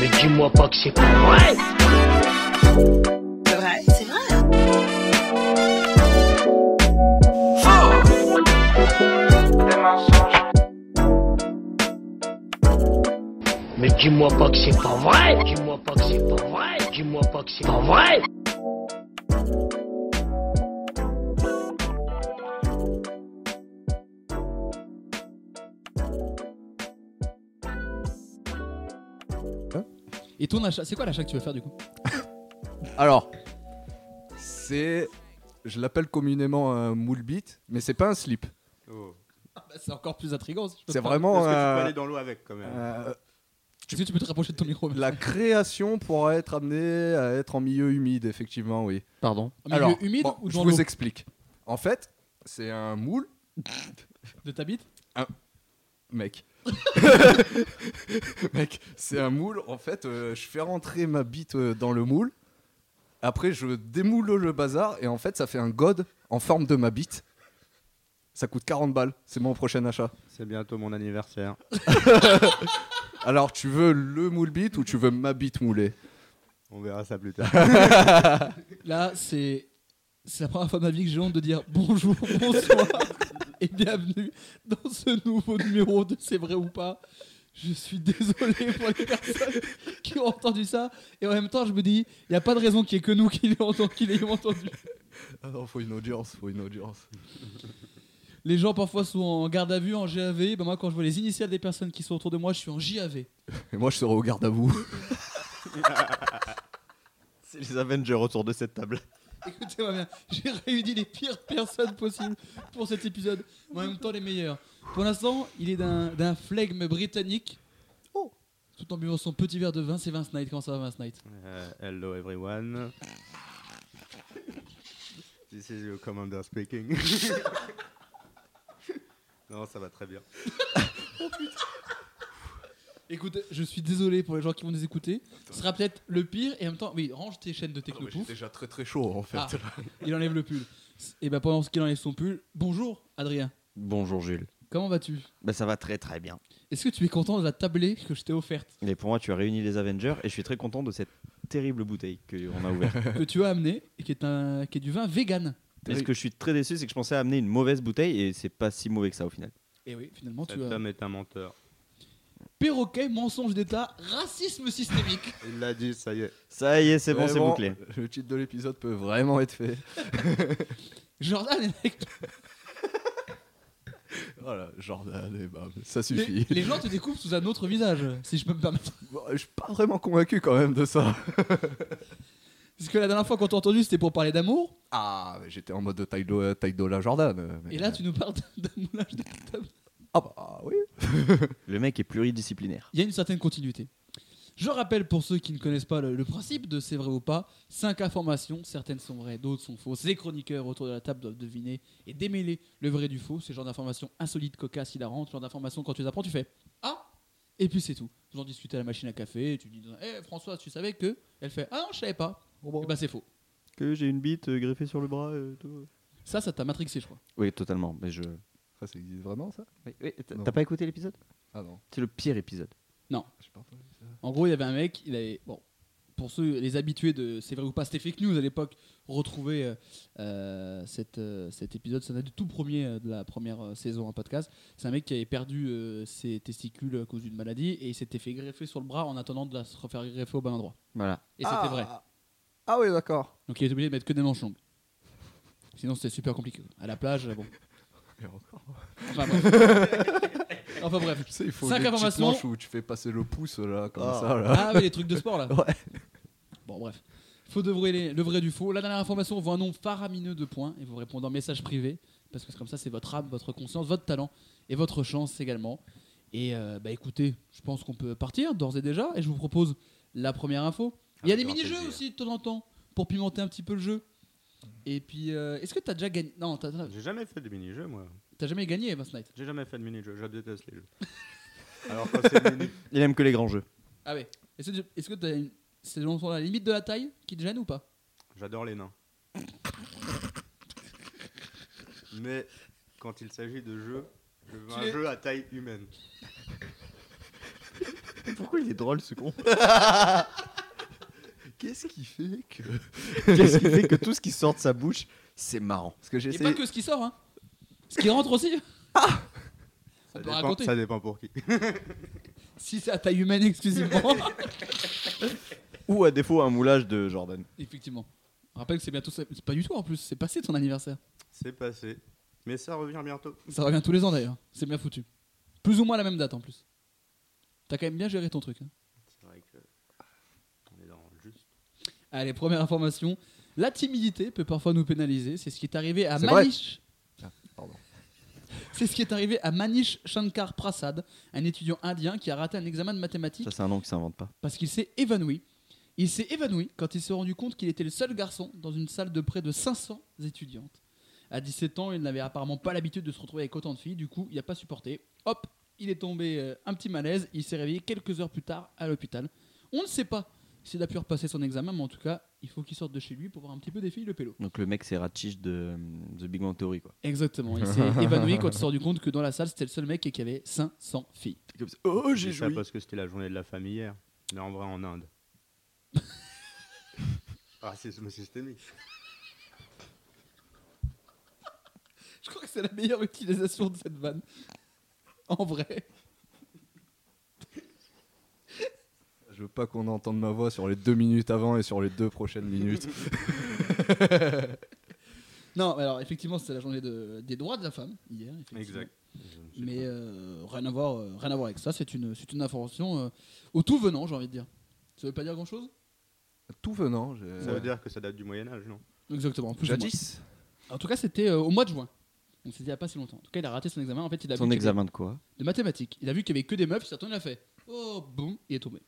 mais dis-moi pas que c'est pas vrai. C'est vrai. C'est vrai. Mais dis-moi pas que c'est pas vrai. Dis-moi pas que c'est pas vrai. Dis-moi pas que c'est pas vrai. Et ton achat, c'est quoi l'achat que tu veux faire du coup Alors, c'est. Je l'appelle communément un moule beat, mais c'est pas un slip. Oh. Ah, bah, C'est encore plus intrigant. si je peux C'est te parler. vraiment Parce que tu peux euh, aller dans l'eau avec quand même. euh, Est-ce que tu peux te rapprocher de ton micro la création pour être amenée à être en milieu humide, effectivement, oui. Pardon. Un milieu Alors, humide bon, ou je dans l'eau vous explique. En fait, c'est un moule, de ta bite mec. mec, c'est un moule. En fait, euh, je fais rentrer ma bite euh, dans le moule. Après, je démoule le bazar et en fait, ça fait un god en forme de ma bite. Ça coûte 40 balles. C'est mon prochain achat. C'est bientôt mon anniversaire. Alors, tu veux le moule bite ou tu veux ma bite moulée On verra ça plus tard. Là, c'est c'est la première fois de ma vie que j'ai honte de dire bonjour, bonsoir et bienvenue dans ce nouveau numéro de C'est vrai ou pas. Je suis désolé pour les personnes qui ont entendu ça et en même temps, je me dis, il n'y a pas de raison qu'il n'y ait que nous qui l'ayons entendu, qui l'ayons entendu. Ah non, faut une audience, faut une audience. Les gens parfois sont en garde à vue, en GAV. Ben moi, quand je vois les initiales des personnes qui sont autour de moi, je suis en JAV. Et moi, je serai au garde à vous. C'est les Avengers autour de cette table. Écoutez-moi bien, j'ai réuni les pires personnes possibles pour cet épisode, mais en même temps les meilleurs. Pour l'instant, il est d'un d'un flegme britannique. Tout en buvant son petit verre de vin, c'est Vince Knight. Comment ça va, Vince Knight Euh, hello everyone. This is your commander speaking. non, ça va très bien. Écoute, je suis désolé pour les gens qui vont nous écouter. Ce sera peut-être le pire et en même temps, oui, range tes chaînes de Technopouf. déjà très très chaud en fait. Ah. Il enlève le pull. Et ben pendant qu'il enlève son pull, bonjour Adrien, Bonjour Jules. comment vas-tu Bah ça va très très bien. Est-ce que tu es content de la tablée que je t'ai offerte, Mais pour moi tu as réuni les Avengers et je suis très content de cette terrible bouteille qu'on a ouverte. que tu as amenée et qui est, un, qui est du vin vegan Mais ce que je suis très déçu c'est que je pensais amener une mauvaise bouteille et c'est pas si mauvais que ça au final. Et oui, finalement, Cet tu as. homme est un menteur. Perroquet, mensonge d'État, racisme systémique. Il l'a dit, ça y est. Ça y est c'est bon c'est bouclé. Le titre de l'épisode peut vraiment être fait. Jordan, avec Voilà, Jordan et Bam, ça les, suffit. les gens te découvrent sous un autre visage, si je peux me permettre. Bon, je suis pas vraiment convaincu quand même de ça. Parce que la dernière fois qu'on t'a entendu, c'était pour parler d'amour. Ah, mais j'étais en mode taille de la Jordan. euh, mais- Et là, tu nous parles d'un moulage de table. Ah bah oui. Le mec est pluridisciplinaire. Il y a une certaine continuité. Je rappelle pour ceux qui ne connaissent pas le, le principe de c'est vrai ou pas, cinq informations, certaines sont vraies, d'autres sont fausses. Les chroniqueurs autour de la table doivent deviner et démêler le vrai du faux. C'est genre d'informations insolites, cocasses, hilarantes, genre d'informations quand tu les apprends, tu fais Ah Et puis c'est tout. J'en discute à la machine à café, et tu dis Eh François, tu savais que Elle fait Ah non, je savais pas. Et bah c'est faux. Que j'ai une bite euh, greffée sur le bras. Ça, ça t'a matrixé, je crois. Oui totalement mais je. Ça, ça existe vraiment ça Non. T'as pas écouté l'épisode Ah non, C'est le pire épisode. j'ai pas entendu. En gros, il y avait un mec, il avait. Bon, pour ceux, les habitués de C'est vrai ou pas, c'était fake news à l'époque, retrouver euh, euh, cette, euh, cet épisode, ça date du tout premier euh, de la première euh, saison en podcast. C'est un mec qui avait perdu euh, ses testicules à cause d'une maladie et il s'était fait greffer sur le bras en attendant de la- se refaire greffer au bon endroit. Voilà. Et c'était vrai. Ah oui, d'accord. Donc il était obligé de mettre que des manches longues. Sinon, c'était super compliqué. À la plage, bon. Et encore. Enfin bref. enfin bref. Tu sais, il faut Cinq des petites informations. manches où tu fais passer le pouce là, comme Ah. ça là. Ah oui, les trucs de sport là. Ouais. Bon, bref. Faut devrer le vrai du faux. La dernière information, on voit un nombre faramineux de points et vous répondez en message privé parce que comme ça, c'est votre âme, votre conscience, votre talent et votre chance également. Et euh, bah écoutez, je pense qu'on peut partir d'ores et déjà et je vous propose la première info. Il y a des Avec grand mini-jeux plaisir. aussi de temps en temps pour pimenter un petit peu le jeu. Et puis, euh, est-ce que t'as déjà gagné Non, t'as J'ai jamais fait de mini-jeu, moi. t'as jamais gagné, Vince Knight. J'ai jamais fait de mini-jeu. Je déteste les jeux. Alors quand c'est mini- Il aime que les grands jeux. Ah ouais. Est-ce que est-ce que t'as une- c'est dans la limite de la taille qui te gêne ou pas J'adore les nains. Mais quand il s'agit de jeux, je veux Tu un les- jeu à taille humaine. Pourquoi il est drôle ce con Qu'est-ce qui fait que. Qu'est-ce qui fait que tout ce qui sort de sa bouche, c'est marrant Parce que j'ai Et pas essayé. que ce qui sort, hein. Ce qui rentre aussi. Ça peut dépend, raconter. ça dépend pour qui. Si c'est à taille humaine exclusivement. Ou à défaut, un moulage de Jordan. Effectivement. On rappelle que c'est bientôt. C'est pas du tout en plus, c'est passé ton anniversaire. C'est passé. Mais ça revient bientôt. Ça revient tous les ans d'ailleurs. C'est bien foutu. Plus ou moins la même date en plus. T'as quand même bien géré ton truc. hein. C'est vrai que. On est dans le juste. Allez, première information. La timidité peut parfois nous pénaliser. C'est ce qui est arrivé à C'est vrai. Ah, Manish. pardon. C'est ce qui est arrivé à Manish Shankar Prasad, un étudiant indien qui a raté un examen de mathématiques Ça, c'est un nom qui s'invente pas. parce qu'il s'est évanoui. Il s'est évanoui quand il s'est rendu compte qu'il était le seul garçon dans une salle de près de 500 étudiantes. À 17 ans, il n'avait apparemment pas l'habitude de se retrouver avec autant de filles, du coup, il n'a pas supporté. Hop, il est tombé euh, un petit malaise, il s'est réveillé quelques heures plus tard à l'hôpital. On ne sait pas s'il a pu repasser son examen, mais en tout cas, il faut qu'il sorte de chez lui pour voir un petit peu des filles le pélo. Donc le mec, c'est Ratchich de euh, The Big Bang Theory, quoi. Exactement, il s'est évanoui quand il s'est rendu compte que dans la salle, c'était le seul mec et qu'il y avait 500 filles. Oh, J'ai ça parce que c'était la journée de la famille hier. Mais en vrai, en Inde. Racisme Ah, systémique. Je crois que c'est la meilleure utilisation de cette vanne. En vrai. Je veux pas qu'on entende ma voix sur les deux minutes avant et sur les deux prochaines minutes. Non, mais alors effectivement, c'était la journée de- des droits de la femme hier. effectivement. Exact. Je ne sais Mais euh, rien, à voir, euh, rien à voir avec ça. C'est une, c'est une information euh, au tout venant, j'ai envie de dire. Ça veut pas dire grand chose Tout venant, j'ai- pas. Ça veut dire que ça date du Moyen-Âge, non Exactement. plus ou moins. Jadis En tout cas, c'était euh, au mois de juin. Donc c'était il y a pas si longtemps. En tout cas, il a raté son examen. En fait, il a vu Son qu'il y examen de quoi avait- de mathématiques. Il a vu qu'il y avait que des meufs. Il s'est retourné, il a fait. Oh, boum, il est tombé.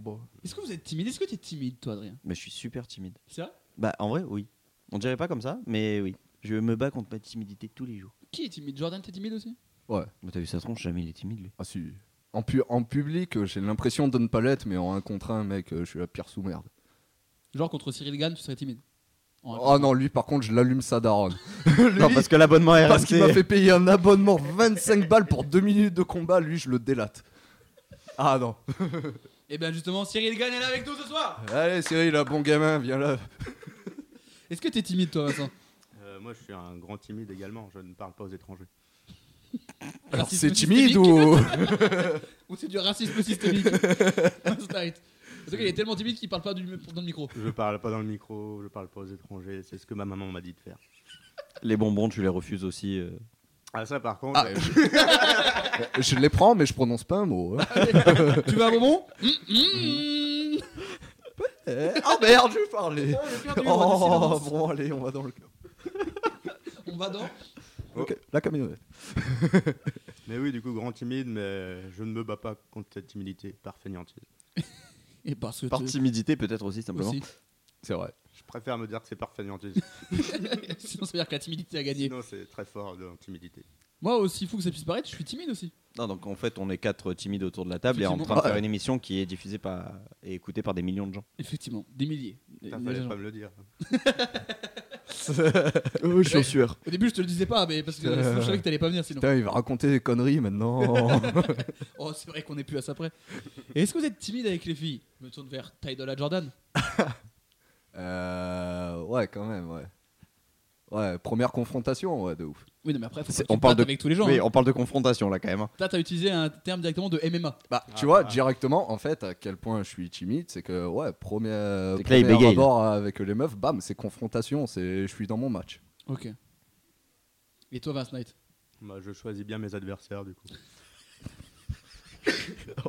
Bon. Est-ce que vous êtes timide Est-ce que t'es timide, toi, Adrien Mais je suis super timide. C'est vrai Bah, en vrai, oui. On dirait pas comme ça, mais oui. Je me bats contre ma timidité tous les jours. Qui est timide Jordan, t'es timide aussi Bah, t'as vu sa tronche Jamais il est timide, lui. Ah si. En, pu- en public, euh, j'ai l'impression de ne pas l'être, mais en un contre un, mec, euh, je suis la pire sous-merde. Genre contre Cyril Gann, tu serais timide. En- Oh non, lui par contre, je l'allume sa daronne. Non, parce que l'abonnement est Parce qu'il m'a fait payer un abonnement 25 balles pour 2 minutes de combat, lui, je le délate. Ah non. Eh bien justement, Cyril Gann est là avec nous ce soir Allez, Cyril, un bon gamin, viens là. Est-ce que t'es timide, toi, Vincent Euh, moi, je suis un grand timide également. Je ne parle pas aux étrangers. Alors, Racisme c'est timide systémique. ou. Ou c'est du racisme systémique Einstein. En tout cas, il est tellement timide qu'il parle pas du, dans le micro. Je parle pas dans le micro, je parle pas aux étrangers. C'est ce que ma maman m'a dit de faire. Les bonbons, tu les refuses aussi. euh. Ah, ça, par contre. Ah, je... je les prends, mais je prononce pas un mot. hein. tu vas à bonbon Mm, mm. Eh, Ah merde, je vais parler. Oh, j'ai perdu, on va dans le Oh, silence. bon, allez, on va dans le. On va dans. Ok, La camionnette. Mais oui, du coup, grand timide, mais je ne me bats pas contre cette timidité par fainéantise. Et parce que. Par tu- timidité, peut-être aussi, simplement. aussi. C'est vrai. Je préfère me dire que c'est par fainéantise. Sinon, ça veut dire que la timidité a gagné. Sinon, c'est très fort de timidité. Moi, aussi fou que ça puisse paraître, je suis timide aussi. Non, donc en fait, on est quatre euh, timides autour de la table et en train de Effectivement. faire une émission qui est diffusée par... et écoutée par des millions de gens. Effectivement, des milliers. Putain, Des- des fallait gens. pas me le dire. je suis en sueur. Au début, je te le disais pas, mais parce que Euh. je savais que t'allais pas venir sinon. Putain, il va raconter des conneries maintenant. Oh, c'est vrai qu'on est plus à ça près. Et Est-ce que vous êtes timide avec les filles Je me tourne vers Tydola Jordan. euh, ouais, quand même, ouais. Ouais, première confrontation, ouais, de ouf. Oui, non, mais après, faut C'est- pas que tu on parle te battes de- avec tous les gens. Oui, hein. on parle de confrontation là quand même. hein. Là, t'as utilisé un terme directement de MMA. Bah, tu Ah, vois, ah. directement, en fait, à quel point je suis timide, c'est que, ouais, premier, C'est que là, il premier bégaye, là. abord avec les meufs, bam, c'est confrontation, c'est je suis dans mon match. Ok. Et toi, Vince Knight Bah, je choisis bien mes adversaires, du coup. Pourquoi Ah,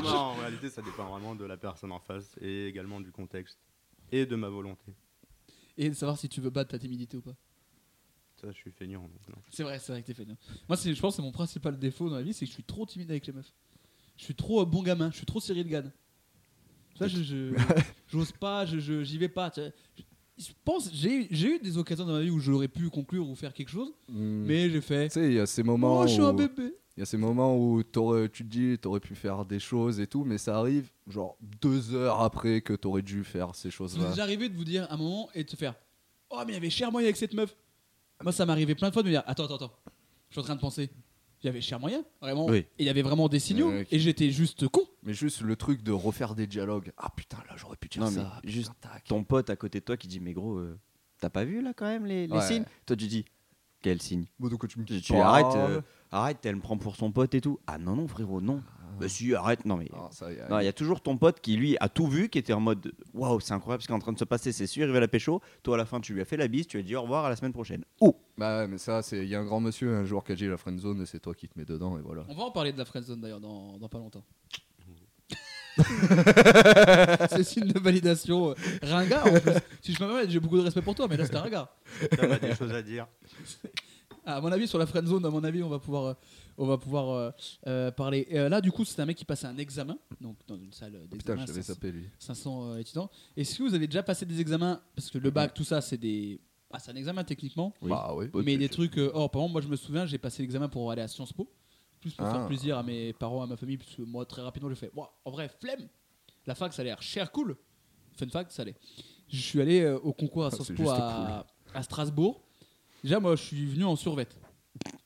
Non, mais en réalité, ça dépend vraiment de la personne en face et également du contexte et de ma volonté. Et de savoir si tu veux battre ta timidité ou pas. Ça, je suis feignant. donc non. C'est vrai, c'est vrai que t'es fait. non. Moi, c'est- je pense que c'est mon principal défaut dans la vie, c'est que je suis trop timide avec les meufs. Je suis trop euh, bon gamin, je suis trop Cyril Gann. Tu vois, je- je- j'ose pas, je- je- j'y vais pas. tu vois. Je pense, j'ai j'ai eu des occasions dans ma vie où j'aurais pu conclure ou faire quelque chose, Hmm. mais j'ai tu fait. sais, il y a ces moments Oh, je suis un où- bébé. Il y a ces moments où t'aurais- tu te dis, t'aurais pu faire des choses et tout, mais ça arrive genre deux heures après que t'aurais dû faire ces Ça vous est choses-là. déjà arrivé de vous dire un moment et de se faire Oh, mais il y avait cher moyen avec cette meuf. Moi, ça m'arrivait plein de fois de me dire Attends, attends, attends. Je suis en train de penser. il y avait cher moyen, vraiment. Oui. Et il y avait vraiment des signaux. Euh, Et j'étais juste con. Mais juste le truc de refaire des dialogues. Ah putain, là j'aurais pu dire Non, mais ça. putain, juste tac. Ton pote à côté de toi qui dit, mais gros, euh, t'as pas vu là quand même les, les Ouais. signes Toi, tu dis, quel signe Bah, Tu, tu parles. arrêtes, euh, arrête, elle me prend pour son pote et tout. Ah non, non, frérot, non. Bah si, arrête, non mais. Ah, ça y est. Non, il y a toujours ton pote qui lui a tout vu, qui était en mode waouh, c'est incroyable ce qui est en train de se passer, c'est sûr, il va la pécho. Toi à la fin, tu lui as fait la bise, tu lui as dit au revoir à la semaine prochaine. Oh Bah ouais, mais ça, c'est il y a un grand monsieur un jour qui a dit la friend zone et c'est toi qui te mets dedans et voilà. On va en parler de la friendzone d'ailleurs dans, dans pas longtemps. c'est signe de validation euh, ringard en plus. Si je me permets, j'ai beaucoup de respect pour toi, mais là c'était ringard. T'as pas des choses à dire. Ah, à mon avis, sur la friendzone, à mon avis, on va pouvoir, euh, on va pouvoir euh, euh, parler. Et, euh, là, du coup, c'était un mec qui passait un examen, donc dans une salle euh, Oh, putain, d'examen, je l'avais 500, sapé lui. 500 euh, étudiants. Est-ce que vous avez déjà passé des examens Parce que le bac, tout ça, c'est des. Ah, c'est un examen techniquement, Oui. Bah oui. mais des trucs. euh, or, par exemple, moi, je me souviens, j'ai passé l'examen pour aller à Sciences Po, plus pour faire Ah. plaisir à mes parents, à ma famille, parce que moi, très rapidement, j'ai fait. Ouah, en vrai, flemme. La fac, ça a l'air cher, cool. Fun fact, ça l'est. Je suis allé euh, au concours à Ah, Sciences c'est Po juste à, à Strasbourg. Déjà, moi, je suis venu en survette.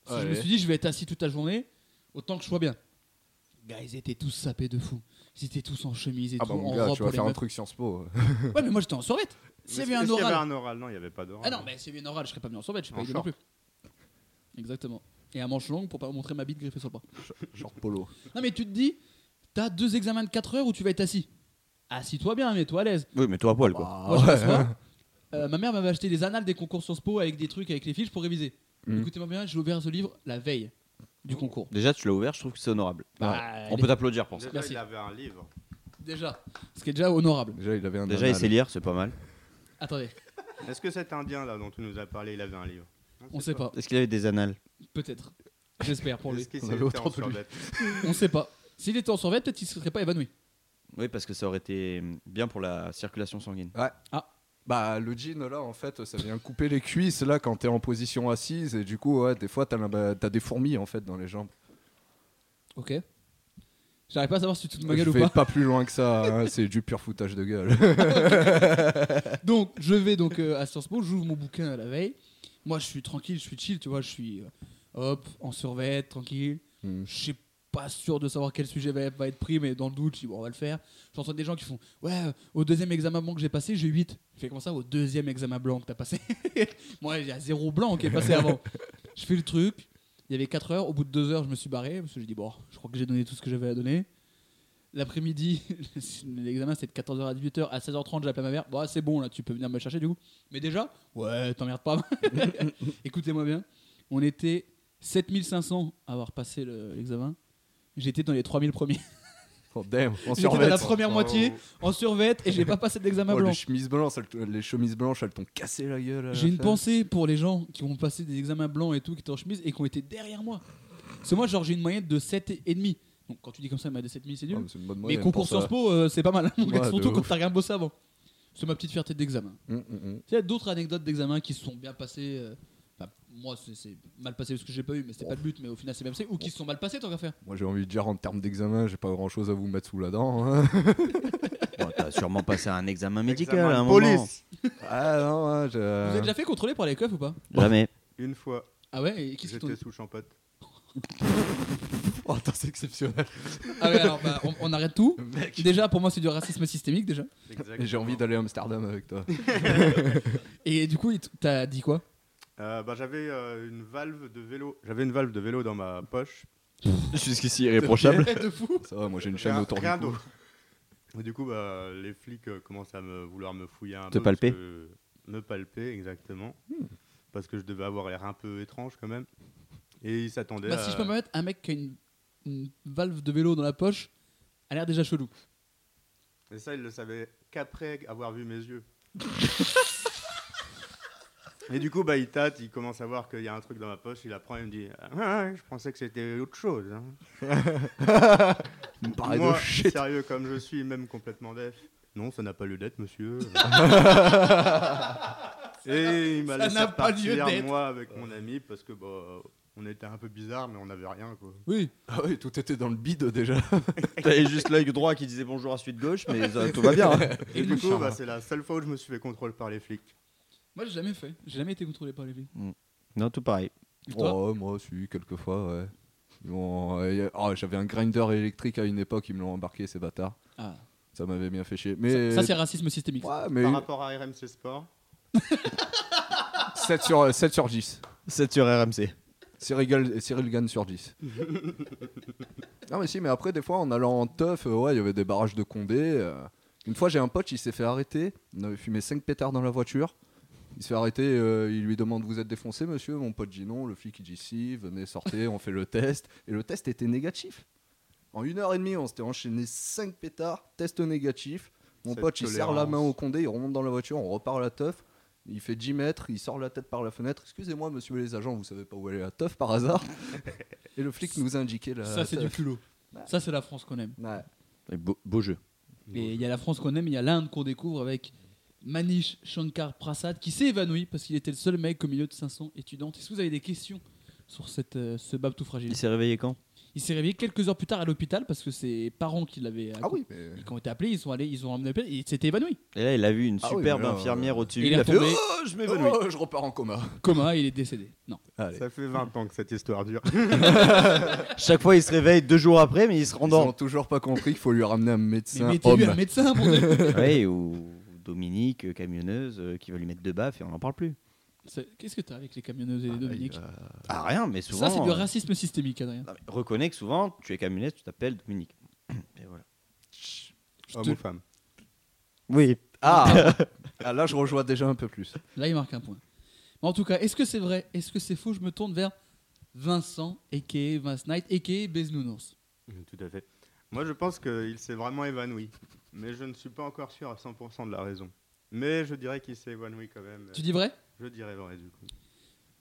Parce que Je me Ouais. suis dit, je vais être assis toute la journée, autant que je sois bien. Gars, ils étaient tous sapés de fou. Ils étaient tous en chemise et Ah tout, bah en mon gars, robe tu pour vas les faire un meufs. truc euh, Sciences Po. Ouais, mais moi, j'étais en survette. S'il y avait un Est-ce qu'il oral. un oral, non, il n'y avait pas d'oral. Ah non, mais s'il y avait un oral, je serais pas venu en survette, je suis pas En aidé non plus. Exactement. Et à manche longue pour pas montrer ma bite griffée sur le bras. Genre polo. Non, mais tu te dis, t'as deux examens de 4 heures où tu vas être assis. Assis-toi bien, mets-toi à l'aise. Oui, mais toi à poil quoi. Ah Moi, je ouais. m'assois. Euh, ma mère m'avait acheté les annales des concours Sciences Po avec des trucs, avec les fiches pour réviser. Mhm. Écoutez-moi bien, j'ai ouvert ce livre la veille du concours. Déjà, tu l'as ouvert, je trouve que c'est honorable. Bah, On peut t'applaudir pour ça. Déjà, Merci. il avait un livre. Déjà, ce qui est déjà honorable. Déjà, il avait un Déjà, anal. essayer lire, c'est pas mal. Attendez, Est-ce que cet indien là dont tu nous as parlé, il avait un livre on sait pas. Est-ce qu'il avait des annales Peut-être. J'espère pour lui. Est-ce qu'il On s'est avait jeté autant en de lui. survêt On sait pas. S'il était en survêt, peut-être qu'il ne serait pas évanoui. Oui, parce que ça aurait été hum, bien pour la circulation sanguine. Bah le jean là en fait ça vient couper les cuisses là quand t'es en position assise et du coup ouais des fois t'as la- bah, t'as des fourmis en fait dans les jambes. Ok. J'arrive pas à savoir si tu te ma je gueule ou vais pas. pas plus loin que ça, hein, c'est du pur foutage de gueule. Donc, je vais donc euh, à Sciences Po, j'ouvre mon bouquin à la veille. Moi, je suis tranquille, je suis chill, tu vois, je suis euh, hop, en survêt, tranquille. Mm. Je suis pas sûr de savoir quel sujet va, va être pris, mais dans le doute, je dis bon, on va le faire. J'entends des gens qui font Ouais, euh, au deuxième examen blanc que j'ai passé, j'ai 8. Je fais comme ça, au deuxième examen blanc que t'as passé. Moi, il y a zéro blanc qui est passé avant. je fais le truc, il y avait 4 heures, au bout de 2 heures, je me suis barré, parce que j'ai dit bon, je crois que j'ai donné tout ce que j'avais à donner. L'après-midi, l'examen c'est de 14h à 18h. À 16h30, j'ai appelé ma mère. Bon, ah, c'est bon, là, tu peux venir me chercher du coup. Mais déjà, ouais, t'emmerdes pas. Écoutez-moi bien. On était 7500 à avoir passé le- l'examen. J'étais dans les 3000 premiers. Oh, damn, on J'étais dans survête. la première moitié en survette et j'ai pas passé d'examen Oh, blanc. les, chemises blanches, elles t- les chemises blanches, elles t'ont cassé la gueule. à la J'ai une fin. pensée pour les gens qui ont passé des examens blancs et tout, qui étaient en chemise et qui ont été derrière moi. Parce que moi, genre, j'ai une moyenne de 7,5. Donc quand tu dis comme ça, mais de 7,5, c'est Ah, nul. mais c'est une bonne mais moyenne concours pour ça. Sciences Po, euh, c'est pas mal. mon gars, Ouais, de surtout quand ouf. t'as rien bossé avant. C'est ma petite fierté d'examen. Mm, mm, mm. Il y a d'autres anecdotes d'examen qui se sont bien passées. euh, enfin, moi, c'est- c'est mal passé parce que j'ai pas eu, mais c'était pas le but, mais au final, c'est bien passé. Ou qui se sont mal passées, tant qu'à faire. Moi, j'ai envie de dire en termes d'examen, j'ai pas grand chose à vous mettre sous la dent. hein. Bon, T'as sûrement passé un examen médical Examen à un de moment. police. ah non, hein, Vous je- êtes déjà fait contrôler par les keufs ou pas Jamais. Une fois, Ah ouais Et qu'est-ce qu'ils t'ont j'étais dit sous champote. Oh, attends, c'est exceptionnel. Ah ouais, alors bah, on, on arrête tout. Mec. Déjà, pour moi, c'est du racisme systémique déjà. Et J'ai envie d'aller à Amsterdam avec toi. Et du coup, il t- t'as dit quoi Euh, bah, j'avais euh, une valve de vélo. J'avais une valve de vélo dans ma poche. Jusqu'ici irréprochable. De fou Ça va, moi j'ai une chaîne Rien- autour du rien cou. d'autre. Et du coup, bah, les flics euh, commencent à me vouloir me fouiller un Te peu. parce palper. que- Me palper, exactement. Hmm. Parce que je devais avoir l'air un peu étrange quand même. Et ils s'attendaient. Bah, à- si je peux me mettre, un mec qui a une, une valve de vélo dans la poche a l'air déjà chelou. Et ça, ils le savaient qu'après avoir vu mes yeux. Et du coup, bah, il tâte, il commence à voir qu'il y a un truc dans ma poche, il apprend, il me dit Ah, ouais, Je pensais que c'était autre chose. hein. Il me paraît Moi, de Ah, shit. sérieux comme je suis, même complètement def. Non, ça n'a pas lieu d'être, monsieur. Et il m'a Ça laissé n'a pas lieu partir, d'être. moi, avec mon ami, parce que bah, on était un peu bizarre, mais on n'avait rien. Quoi. Oui. Ah oui, tout était dans le bide déjà. T'avais juste l'œil droit qui disait bonjour à celui de gauche, mais ça, tout va bien. hein. Et, le du coup, bah, c'est la seule fois où je me suis fait contrôle par les flics. Moi, j'ai jamais fait. J'ai jamais été contrôlé par les flics. Non, tout pareil. Et toi Oh, moi, si, quelquefois, ouais. Bon, euh, y a- oh, j'avais un grinder électrique à une époque, ils me l'ont embarqué, ces bâtards. Ah. Ça m'avait bien fait chier. Ça, Mais ça, c'est racisme systémique. Ouais, mais Par rapport à RMC Sport, 7 sur, euh, 7 sur 10. 7 sur RMC. Cyril, Gall- Cyril Gann sur 10. non, mais si, mais après, des fois, en allant en teuf, euh, ouais, il y avait des barrages de Condé. euh. Une fois, j'ai un pote, il s'est fait arrêter. On avait fumé 5 pétards dans la voiture. Il se fait arrêter, euh, il lui demande Vous êtes défoncé, monsieur Mon pote dit non. Le flic, il dit Si, venez, sortez, on fait le test. Et le test était négatif. En une heure et demie, on s'était enchaîné 5 pétards, test négatif. Mon Cette pote, il serre la tolérance. main au Condé, il remonte dans la voiture, on repart à la teuf. Il fait 10 mètres, il sort la tête par la fenêtre. Excusez-moi, monsieur les agents, vous savez pas où aller la teuf par hasard Et le flic nous a indiqué la. Ça, Bah. c'est du teuf. culot. Ça, c'est la France qu'on aime. Ouais. Ah Beau, beau jeu. Et il y a la France qu'on aime, il y a l'Inde qu'on découvre avec Manish Shankar Prasad qui s'est évanoui parce qu'il était le seul mec au milieu de 500 étudiantes. Et si vous avez des questions sur cette, euh, ce bab tout fragile, Il s'est réveillé quand il s'est réveillé quelques heures plus tard à l'hôpital parce que ses parents qui l'avaient Ah oui, mais. qui ont été appelés, ils sont allés, ils ont emmené à l'hôpital, et il s'était évanoui. Et là, il a vu une Ah oui, superbe mais là, infirmière euh, au-dessus. Il de lui, est a fait tombé. Oh, je m'évanouis. Oh, je repars en coma. Coma, il est décédé. Non. Allez. ça fait 20 ans que cette histoire dure. oh. Chaque fois, il se réveille deux jours après, mais il se Ils ont rendort. toujours pas compris qu'il faut lui ramener un Mais médecin mettez-lui un homme. médecin pour Dieu. Ouais, ou Dominique, euh, camionneuse, euh, qui va lui mettre deux baffes et on n'en parle plus. C'est- Qu'est-ce que t'as avec les camionneuses et les Dominiques Ah, rien, mais souvent. Ça, c'est du euh, racisme systémique, Adrien. non, mais reconnais que souvent, tu es camionneuse, tu t'appelles Dominique. Et voilà. Homme ou femme Oui. Ah. Ah, Là, je rejoins déjà un peu plus. Là, il marque un point. Mais en tout cas, est-ce que c'est vrai Est-ce que c'est faux Je me tourne vers Vincent, a.k.a. Vince Knight, a.k.a. Beznounours. Tout à fait. Moi, je pense qu'il s'est vraiment évanoui. Mais je ne suis pas encore sûr à 100% de la raison. Mais je dirais qu'il s'est évanoui quand même. Tu dis vrai Je dirais vrai du coup.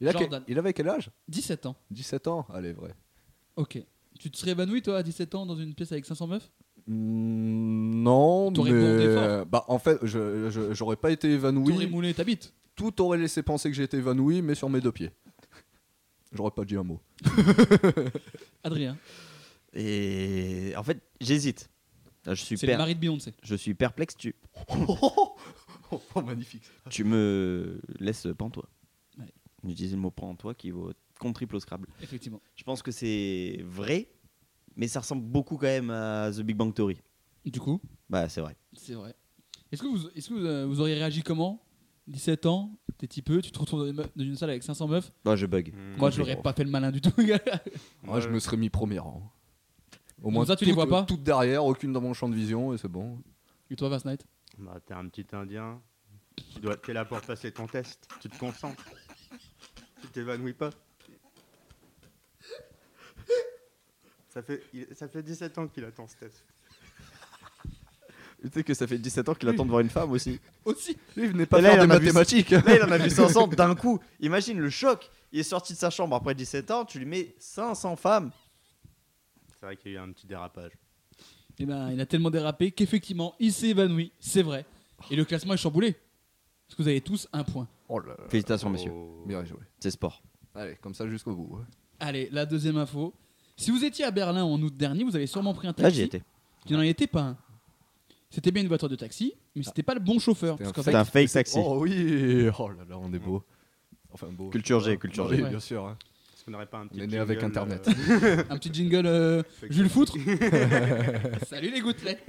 Il, a Jordan. quel- il avait quel âge 17 ans. 17 ans Allez, vrai. Ok. Tu te serais évanoui, toi, à 17 ans, dans une pièce avec 500 meufs Mm, Non, T'aurais bondé mais. fort. Bah, en fait, je- je- j'aurais pas été T'aurais évanoui. moulé ta bite. Tout aurait laissé penser que j'étais évanoui, mais sur mes deux pieds. J'aurais pas dit un mot. Adrien, Et en fait, j'hésite. Là, Je suis, c'est le per- mari de Beyoncé. je suis perplexe. Tu... Oh, magnifique. tu me laisses pends-toi. Ouais. On utilise le mot pends-toi qui vaut compte triple au Scrabble. Effectivement. Je pense que c'est vrai, mais ça ressemble beaucoup quand même à The Big Bang Theory. Du coup, Bah, c'est vrai. c'est vrai. Est-ce que, vous, est-ce que vous, euh, vous auriez réagi comment 17 ans, t'es petit peu, tu te retrouves dans une, meuf- dans une salle avec 500 meufs. Bah, je bug. Hmm. Moi, je l'aurais pas fait le malin du tout, gars. Moi, je me serais mis premier rang. Au ça, tu les toutes- vois pas Toutes derrière, aucune dans mon champ de vision, et c'est bon. Et toi, Vince Knight Bah, t'es un petit indien. Tu dois... T'es là pour passer ton test. Tu te concentres. Tu t'évanouis pas. Ça fait, il- ça fait 17 ans qu'il attend ce test. Tu sais que ça fait 17 ans qu'il attend de voir une femme aussi. Aussi Il venait pas Et là, faire il des en a vu- mathématiques. Là, il en a vu 500 d'un coup. Imagine le choc. Il est sorti de sa chambre après 17 ans, tu lui mets 500 femmes. C'est vrai qu'il y a eu un petit dérapage. Eh ben, il a tellement dérapé qu'effectivement, il s'est évanoui, c'est vrai. Et le classement est chamboulé. Parce que vous avez tous un point. Oh là là. Félicitations, monsieur. Oh. Bien joué. C'est sport. Allez, comme ça jusqu'au bout. hein. Allez, la deuxième info. Si vous étiez à Berlin en août dernier, vous avez sûrement pris un Là, taxi. j'y étais. qui n'en était pas un. C'était bien une voiture de taxi, mais c'était pas le bon chauffeur. C'était Parce qu'en C'est fait, Ah. un fake taxi. Oh oui. Oh là là, on est beau. Enfin beau. Culture G, culture Oui, G. Ouais. bien sûr. hein. Est-ce qu'on n'aurait pas un petit On est né avec jingle, Internet. euh, un petit jingle euh, Jules Foutre. Salut les gouttelettes.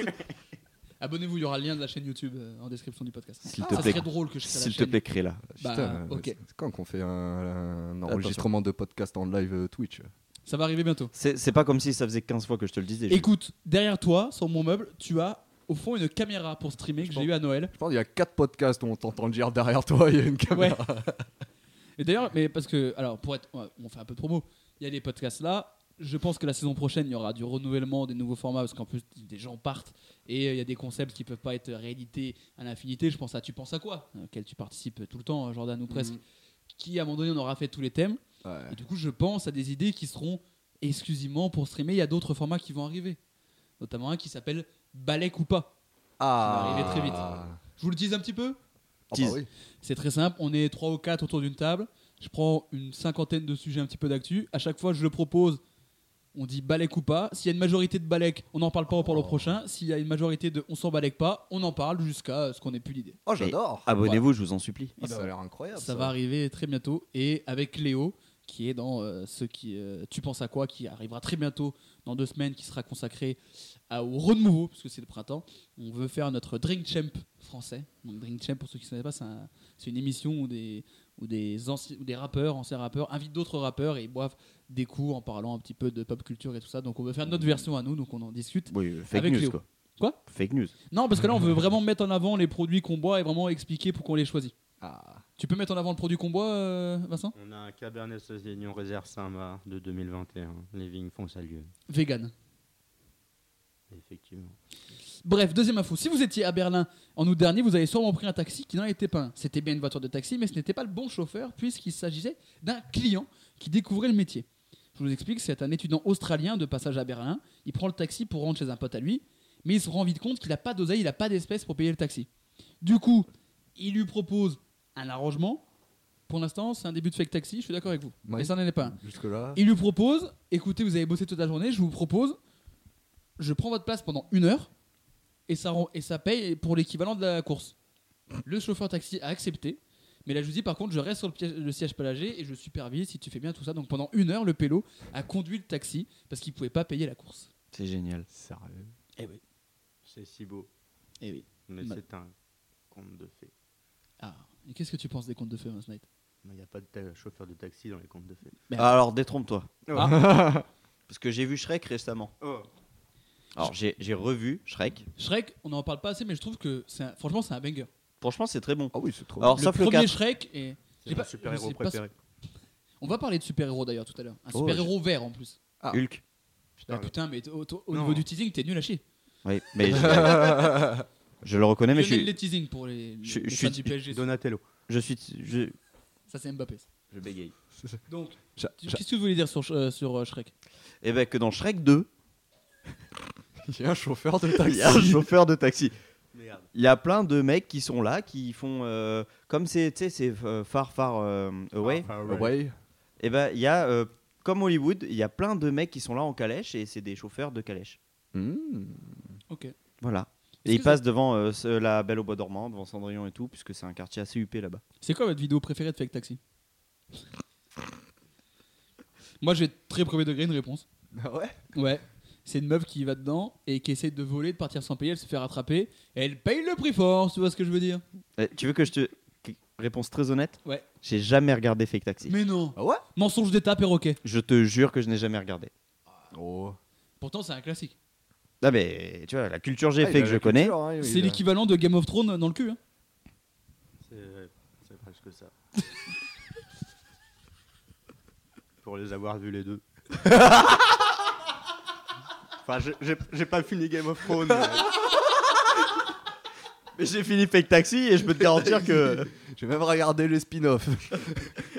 Abonnez-vous, il y aura le lien de la chaîne YouTube euh, en description du podcast. Ah, S'il te Ça plaît. serait drôle que je fasse la S'il te chaîne. plaît, crée là. Bah, Putain, ok. c'est- c'est quand qu'on fait un, un enregistrement de podcast en live euh, Twitch Ça va arriver bientôt. C'est c'est pas comme si ça faisait 15 fois que je te le disais. Jules. Écoute, derrière toi, sur mon meuble, tu as au fond une caméra pour streamer que j'ai eu à Noël. Je pense qu'il y a quatre podcasts où on t'entend dire derrière toi, il y a une Ouais. caméra. Et d'ailleurs, mais parce que, alors, pour être, ouais, on fait un peu de promo. Il y a les podcasts là. Je pense que la saison prochaine, il y aura du renouvellement, des nouveaux formats, parce qu'en plus, des gens partent et euh, il y a des concepts qui peuvent pas être réédités à l'infinité. Je pense à Tu penses à quoi euh, auquel tu participes tout le temps, euh, Jordan, ou presque. Qui, à un moment donné, on aura fait tous les thèmes. Ouais. Et du coup, je pense à des idées qui seront exclusivement pour streamer. Il y a d'autres formats qui vont arriver, notamment un qui s'appelle Balek ou pas. Ah. arriver très vite. Ah Je vous le dis un petit peu bah Tease. oui. c'est très simple, on est trois ou quatre autour d'une table. Je prends une cinquantaine de sujets un petit peu d'actu. À chaque fois, je le propose. On dit balèque ou pas. S'il y a une majorité de balèque, on n'en parle pas, on parle au prochain. S'il y a une majorité de on s'en balèque pas, on en parle jusqu'à euh, ce qu'on ait plus l'idée. Oh j'adore. Abonnez-vous, je vous en supplie. Ah, ça a l'air incroyable. Ça va arriver très bientôt. Et avec Léo, qui est dans euh, ce qui euh, tu penses à quoi qui arrivera très bientôt dans deux semaines qui sera consacré à, au renouveau parce que c'est le printemps on veut faire notre drink champ français donc drink champ pour ceux qui ne savent pas c'est un- c'est une émission où des où des anci- où des rappeurs anciens rappeurs invitent d'autres rappeurs et ils boivent des coups en parlant un petit peu de pop culture et tout ça donc on veut faire notre version à nous donc on en discute Oui, euh, fake Avec news Léo. quoi. Quoi Fake news. non parce que là on veut vraiment mettre en avant les produits qu'on boit et vraiment expliquer pourquoi on les choisit tu peux mettre en avant le produit qu'on boit euh, Vincent On a un Cabernet Sauvignon Réserve Saint-Marc de 2021. Les vignes font salut. vegan Effectivement. Bref, deuxième info. Si vous étiez à Berlin en août dernier, vous avez sûrement pris un taxi qui n'en était pas un. C'était bien une voiture de taxi, mais ce n'était pas le bon chauffeur puisqu'il s'agissait d'un client qui découvrait le métier. Je vous explique, c'est un étudiant australien de passage à Berlin. Il prend le taxi pour rentrer chez un pote à lui, mais il se rend vite compte qu'il n'a pas d'oseille, il n'a pas d'espèce pour payer le taxi. Du coup, il lui propose un arrangement. Pour l'instant, c'est un début de fake taxi, je suis d'accord avec vous. Ouais. Mais ça n'en est pas un. Jusque-là. Il lui propose, écoutez, vous avez bossé toute la journée, je vous propose, je prends votre place pendant une heure et ça, rend- et ça paye pour l'équivalent de la course. Le chauffeur taxi a accepté, mais là je lui dis par contre, je reste sur le, piège- le siège palagé et je supervise si tu fais bien tout ça. Donc pendant une heure, le pélo a conduit le taxi parce qu'il pouvait pas payer la course. C'est génial. Sérieux. Eh oui, C'est si beau. eh oui. Mais Ma- c'est un conte de fées. Ah, et qu'est-ce que tu penses des contes de feu, Vince Knight Mais Il n'y a pas de ta- chauffeur de taxi dans les contes de fées. Merde. Alors détrompe-toi. Oh. Parce que j'ai vu Shrek récemment. Oh. Alors j'ai j'ai revu Shrek. Shrek, on n'en parle pas assez, mais je trouve que c'est un- franchement, c'est un banger. Franchement, c'est très bon. Ah oui, c'est trop. Alors le sauf le premier 4. Shrek, et C'est J'ai mon pas- super-héros je sais pas préféré. on va parler de super-héros d'ailleurs tout à l'heure. Un Oh, super-héros vert en plus. Ah. Hulk. Ah, Putain, putain, mais t- au, au- au Non. niveau du teasing, t'es nul à chier. Oui, mais je, je le reconnais, mais je Lionel suis, les teasing pour les, les, je- les je fans du suis- PSG. Donatello. je suis, je, Ça, c'est Mbappé. ça. je bégaye. Donc, J'a- tu- qu'est-ce que vous voulez dire sur, Sh- euh, sur euh, Shrek Et ben que dans Shrek 2, Il y a un chauffeur de il y a un taxi. chauffeur de taxi. Merde. Il y a plein de mecs qui sont là, qui font euh, comme c'est, tu sais, c'est euh, far far euh, Ah, away. Ouais. Et ben il y a euh, comme Hollywood, il y a plein de mecs qui sont là en calèche et c'est des chauffeurs de calèche. Mmh. Ok. Voilà. Est-ce Et ils que passent devant euh, ce- la Belle au Bois dormant, devant Cendrillon et tout, puisque c'est un quartier assez huppé là-bas. C'est quoi votre vidéo préférée de Fake Taxi Moi, j'ai très premier degré une réponse. Ah ouais Ouais. C'est une meuf qui va dedans et qui essaie de voler, de partir sans payer, elle se fait rattraper. Et elle paye le prix fort, tu vois ce que je veux dire Eh, tu veux que je te que- réponse très honnête Ouais. J'ai jamais regardé Fake Taxi. Mais non Ah ouais Mensonge d'État, perroquet. Je te jure que je n'ai jamais regardé. Oh. Pourtant, c'est un classique. Ah mais tu vois la culture j'ai Ah, il fait a que la je connais. culture, hein, il- bah. c'est il a- l'équivalent de Game of Thrones dans le cul. hein. C'est euh, c'est presque ça. Pour les avoir vus les deux. enfin, j'ai- j'ai j'ai pas fini Game of Thrones. mais- Mais j'ai fini Fake Taxi et je peux te garantir que J'ai même regardé les spin-offs.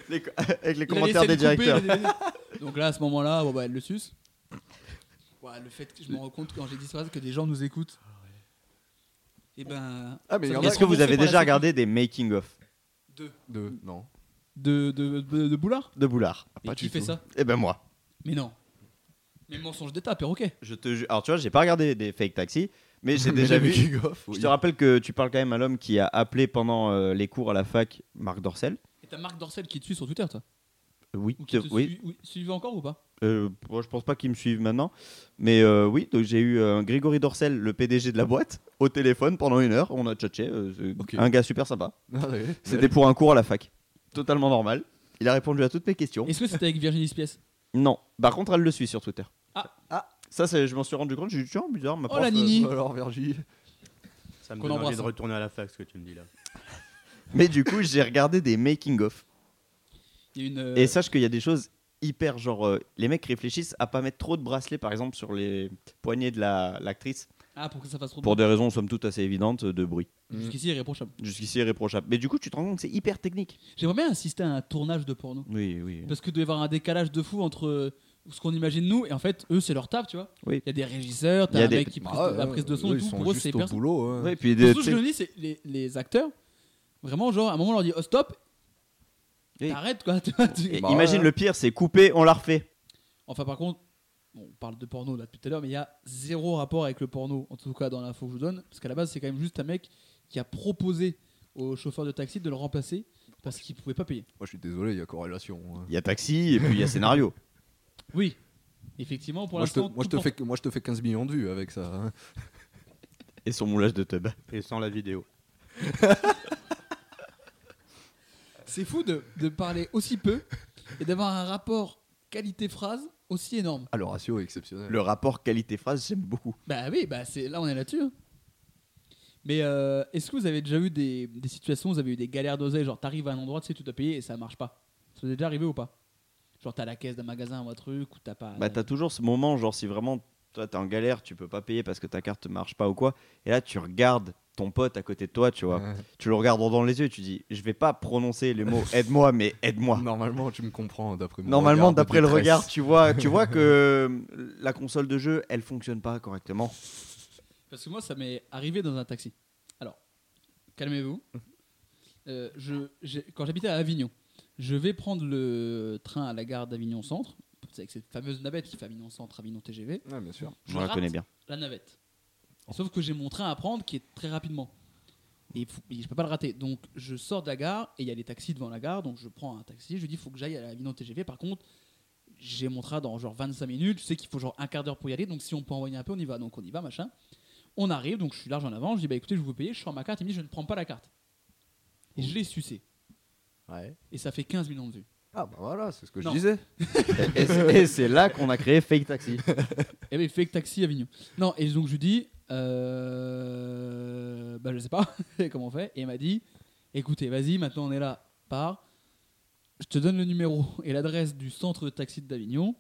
les co- avec Il les a commentaires des laissé le directeurs. couper, il a- Donc là, à ce moment-là, bon, bah, elle le suce. Ouais, le Ah fait que je me rends compte quand j'ai dit ça que des gens nous écoutent. Et ben. Ah, mais ça il y en me a- laisse Est-ce que vous rembourser avez par la déjà suite. regardé des making of Deux. Non. De, de, de, de Boulard de Boulard Mais Qui fait ça Eh ben moi. Mais non. Mais mensonge d'État, perroquet. Je te ju- Alors tu vois, j'ai pas regardé des Fake Taxi, mais j'ai Mais déjà les vu. making of, oui. Je te rappelle que tu parles quand même à l'homme qui a appelé pendant euh, les cours à la fac Marc Dorcel. Et t'as Marc Dorcel qui te suit sur Twitter, toi Oui, Ou qui te oui. suit- oui, suivait encore ou pas Euh, moi, je pense pas qu'ils me suivent maintenant. Mais euh, oui, donc j'ai eu euh, Grégory Dorcel, le PDG de la boîte, au téléphone pendant une heure. On a tchatché. euh, c'est Ok. Un gars super sympa. Ah ouais. C'était pour un cours à la fac. Totalement normal. Il a répondu à toutes mes questions. Est-ce que c'était avec Virginie Spies Non. Par contre, elle le suit sur Twitter. Ah. Ça, c'est- je m'en suis rendu compte. J'ai dit, tiens, bizarre, Oh ma prof, la euh, Nini Alors, Vergie. Ça me Qu'on donne envie embrasse, de hein. retourner à la fac ce que tu me dis là. Mais du coup, j'ai regardé des making-of. Il y a une. euh, Et sache qu'il y a des choses hyper genre. euh, les mecs réfléchissent à pas mettre trop de bracelets, par exemple, sur les poignets de la- l'actrice. Ah, pour que ça fasse trop de pour bruit. des raisons, somme toute, assez évidentes euh, de bruit. Jusqu'ici, irréprochable. Jusqu'ici, irréprochable. Mais du coup, tu te rends compte que c'est hyper technique. J'aimerais bien assister à un tournage de porno. Oui, oui. Parce que doit y avoir un décalage de fou entre euh, ce qu'on imagine nous et en fait eux c'est leur table tu vois. Il Oui. y a des régisseurs, Il y t'as a un des- mec qui prise, Ah ouais, la prise de son eux, et tout Ils sont pour eux c'est juste au personne. boulot. hein. Ouais, puis des- Surtout ce que je me dis c'est les, les acteurs vraiment genre à un moment on leur dit oh stop Oui. t'arrêtes quoi. tu vois, tu- euh, Et Bah, imagine ouais. le pire, c'est coupé, on la refait. Enfin par contre bon, on parle de porno là depuis tout à l'heure mais il y a zéro rapport avec le porno en tout cas dans l'info que je vous donne parce qu'à la base c'est quand même juste un mec qui a proposé au chauffeur de taxi de le remplacer parce qu'ils pouvaient pas payer. Moi, je suis désolé, il y a corrélation. hein. Il y a taxi et puis il y a scénario. Oui, effectivement, pour Moi, je te, l'instant. moi, je tout te porte- fais, moi, je te fais 15 millions de vues avec ça. hein. et son moulage de tub. Et sans la vidéo. C'est fou de, de parler aussi peu et d'avoir un rapport qualité-phrase aussi énorme. Ah, le ratio est exceptionnel. Le rapport qualité-phrase, j'aime beaucoup. Bah oui, bah c'est là on est là-dessus. hein. Mais euh, est-ce que vous avez déjà eu des, des situations où vous avez eu des galères d'oseille, genre t'arrives à un endroit, tu sais, tu dois payer et ça marche pas Ça vous est déjà arrivé ou pas Genre t'as la caisse d'un magasin ou un truc ou t'as pas. Bah, t'as toujours ce moment, genre, si vraiment toi t'es en galère, tu peux pas payer parce que ta carte marche pas ou quoi. Et là, tu regardes ton pote à côté de toi, tu vois. Ouais. Tu le regardes dans les yeux, tu dis, je vais pas prononcer les mots aide-moi, mais aide-moi. Normalement, tu me comprends d'après mon Normalement, regard de d'après le détresse. regard, tu vois, tu vois que la console de jeu, elle fonctionne pas correctement. Parce que moi, ça m'est arrivé dans un taxi. Alors, calmez-vous. Euh, je- j'ai- quand j'habitais à Avignon, je vais prendre le train à la gare d'Avignon Centre. C'est avec cette fameuse navette qui fait Avignon Centre, Avignon TGV. Ouais, bien sûr. Je Je la rate connais bien. la navette. Sauf que j'ai mon train à prendre qui est très rapidement. Et, il faut- et je peux pas le rater. Donc je sors de la gare et il y a des taxis devant la gare. Donc je prends un taxi. Je lui dis il faut que j'aille à l'Avignon TGV. Par contre, j'ai mon train dans genre 25 minutes. Je sais qu'il faut genre un quart d'heure pour y aller. Donc si on peut envoyer un peu, on y va. Donc on y va, machin. On arrive. Donc je suis large en avant. Je dis bah écoutez, je vous payer. Je sors ma carte. Il me dit je ne prends pas la carte. Et je l'ai sucé. Ouais. Et ça fait 15 millions de vues. Ah, bah voilà, c'est ce que Non. je disais. Et c'est- et c'est là qu'on a créé Fake Taxi. Et oui, fake taxi Avignon. Non, et donc je lui dis, euh, bah je sais pas comment on fait. Et elle m'a dit, écoutez, vas-y, maintenant on est là, pars. Je te donne le numéro et l'adresse du centre de taxi d'Avignon.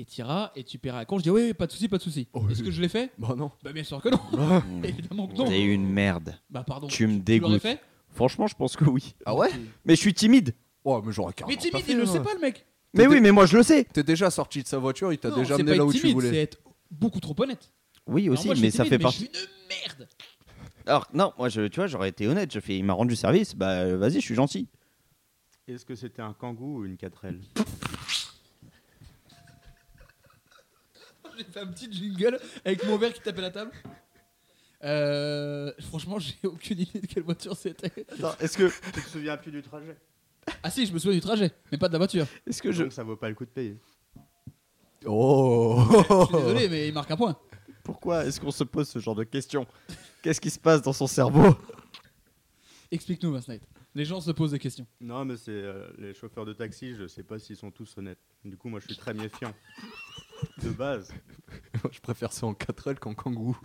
Et t'iras et tu paieras à compte. Je dis, oui, oui, pas de souci, pas de souci. Oh, oui. Est-ce que je l'ai fait Bah non. Bah bien sûr que non. Mmh. Évidemment que non. T'es une merde. Bah pardon. Tu me Tu l'aurais dégoûtes. fait Franchement, je pense que oui. Ah ouais Mais je suis timide. Oh, mais j'aurais carrément. Mais timide, pas fait, hein. il le moi. sait pas le mec. Mais oui, mais moi je le sais. T'es déjà sorti de sa voiture, il t'a Non, déjà c'est amené pas là être où tu timide, C'est voulais. être beaucoup trop honnête. Oui Alors aussi, moi, je suis mais ça timide, fait partie. Je suis une merde. Alors non, moi je, tu vois, j'aurais été honnête. Je fais, il m'a rendu service. Bah euh, vas-y, je suis gentil. Est-ce que c'était un kangou ou une 4L J'ai fait un petit jingle avec mon verre qui tapait la table. Euh, franchement, j'ai aucune idée de quelle voiture c'était. Est-ce que, Tu te souviens plus du trajet Ah si, je me souviens du trajet, mais pas de la voiture. est-ce que je, Donc ça vaut pas le coup de payer. Oh Je suis désolé, mais il marque un point. pourquoi est-ce qu'on se pose ce genre de questions Qu'est-ce qui se passe dans son cerveau Explique-nous, Vince Knight. Les gens se posent des questions. Non, mais c'est euh, les chauffeurs de taxi, je sais pas s'ils sont tous honnêtes. Du coup, moi je suis très méfiant. De base, Je préfère ça en 4L qu'en kangourou.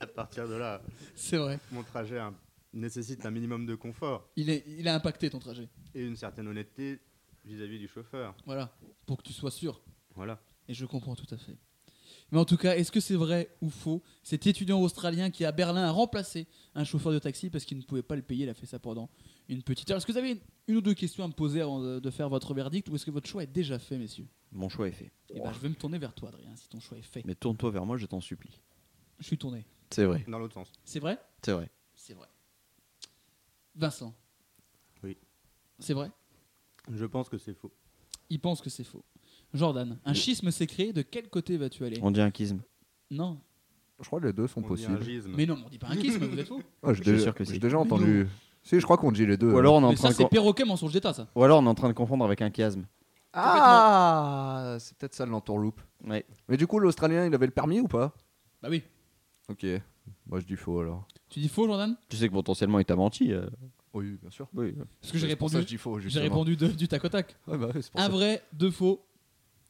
à partir de là, C'est vrai. mon trajet hein, nécessite un minimum de confort Il, est, il a impacté ton trajet. et une certaine honnêteté vis-à-vis du chauffeur. Voilà. Pour que tu sois sûr. Voilà. Et je comprends tout à fait. Mais en tout cas, est-ce que c'est vrai ou faux Cet étudiant australien qui à Berlin a remplacé un chauffeur de taxi parce qu'il ne pouvait pas le payer, il a fait ça pendant une petite heure. Est-ce que vous avez une, une ou deux questions à me poser avant de, de faire votre verdict ou est-ce que votre choix est déjà fait, messieurs Mon choix est fait. Eh ben, je vais me tourner vers toi, Adrien, si ton choix est fait. Mais tourne-toi vers moi, je t'en supplie. Je suis tourné. C'est vrai, Dans l'autre sens. C'est vrai c'est vrai. C'est vrai. Vincent. Oui. C'est vrai Je pense que c'est faux. Il pense que c'est faux. Jordan, un schisme s'est créé, de quel côté vas-tu aller On dit un kisme. Non. Je crois que les deux sont On dit un possibles. gisme. Mais non, mais on dit pas un schisme, vous êtes fous. Ah, J'ai Je suis déjà- sûr que si. j'ai déjà Mais entendu. Si, je crois qu'on dit les deux. hein. Ou alors on est en Mais train ça, de c'est con- perroquet mensonge d'État, ça. ou alors on est en train de confondre avec un chiasme. Ah C'est peut-être ça l'entourloupe. Ouais. Mais du coup, l'Australien, il avait le permis ou pas Bah oui. Ok. Moi, je dis faux alors. Tu dis faux, Jordan Tu sais que potentiellement il t'a menti. euh. Oui, bien sûr. Oui. Parce que j'ai C'est pour ça répondu, je dis faux, j'ai justement. répondu deux- du tac au tac. Ouais, bah, oui, c'est pour Un ça. vrai, deux faux.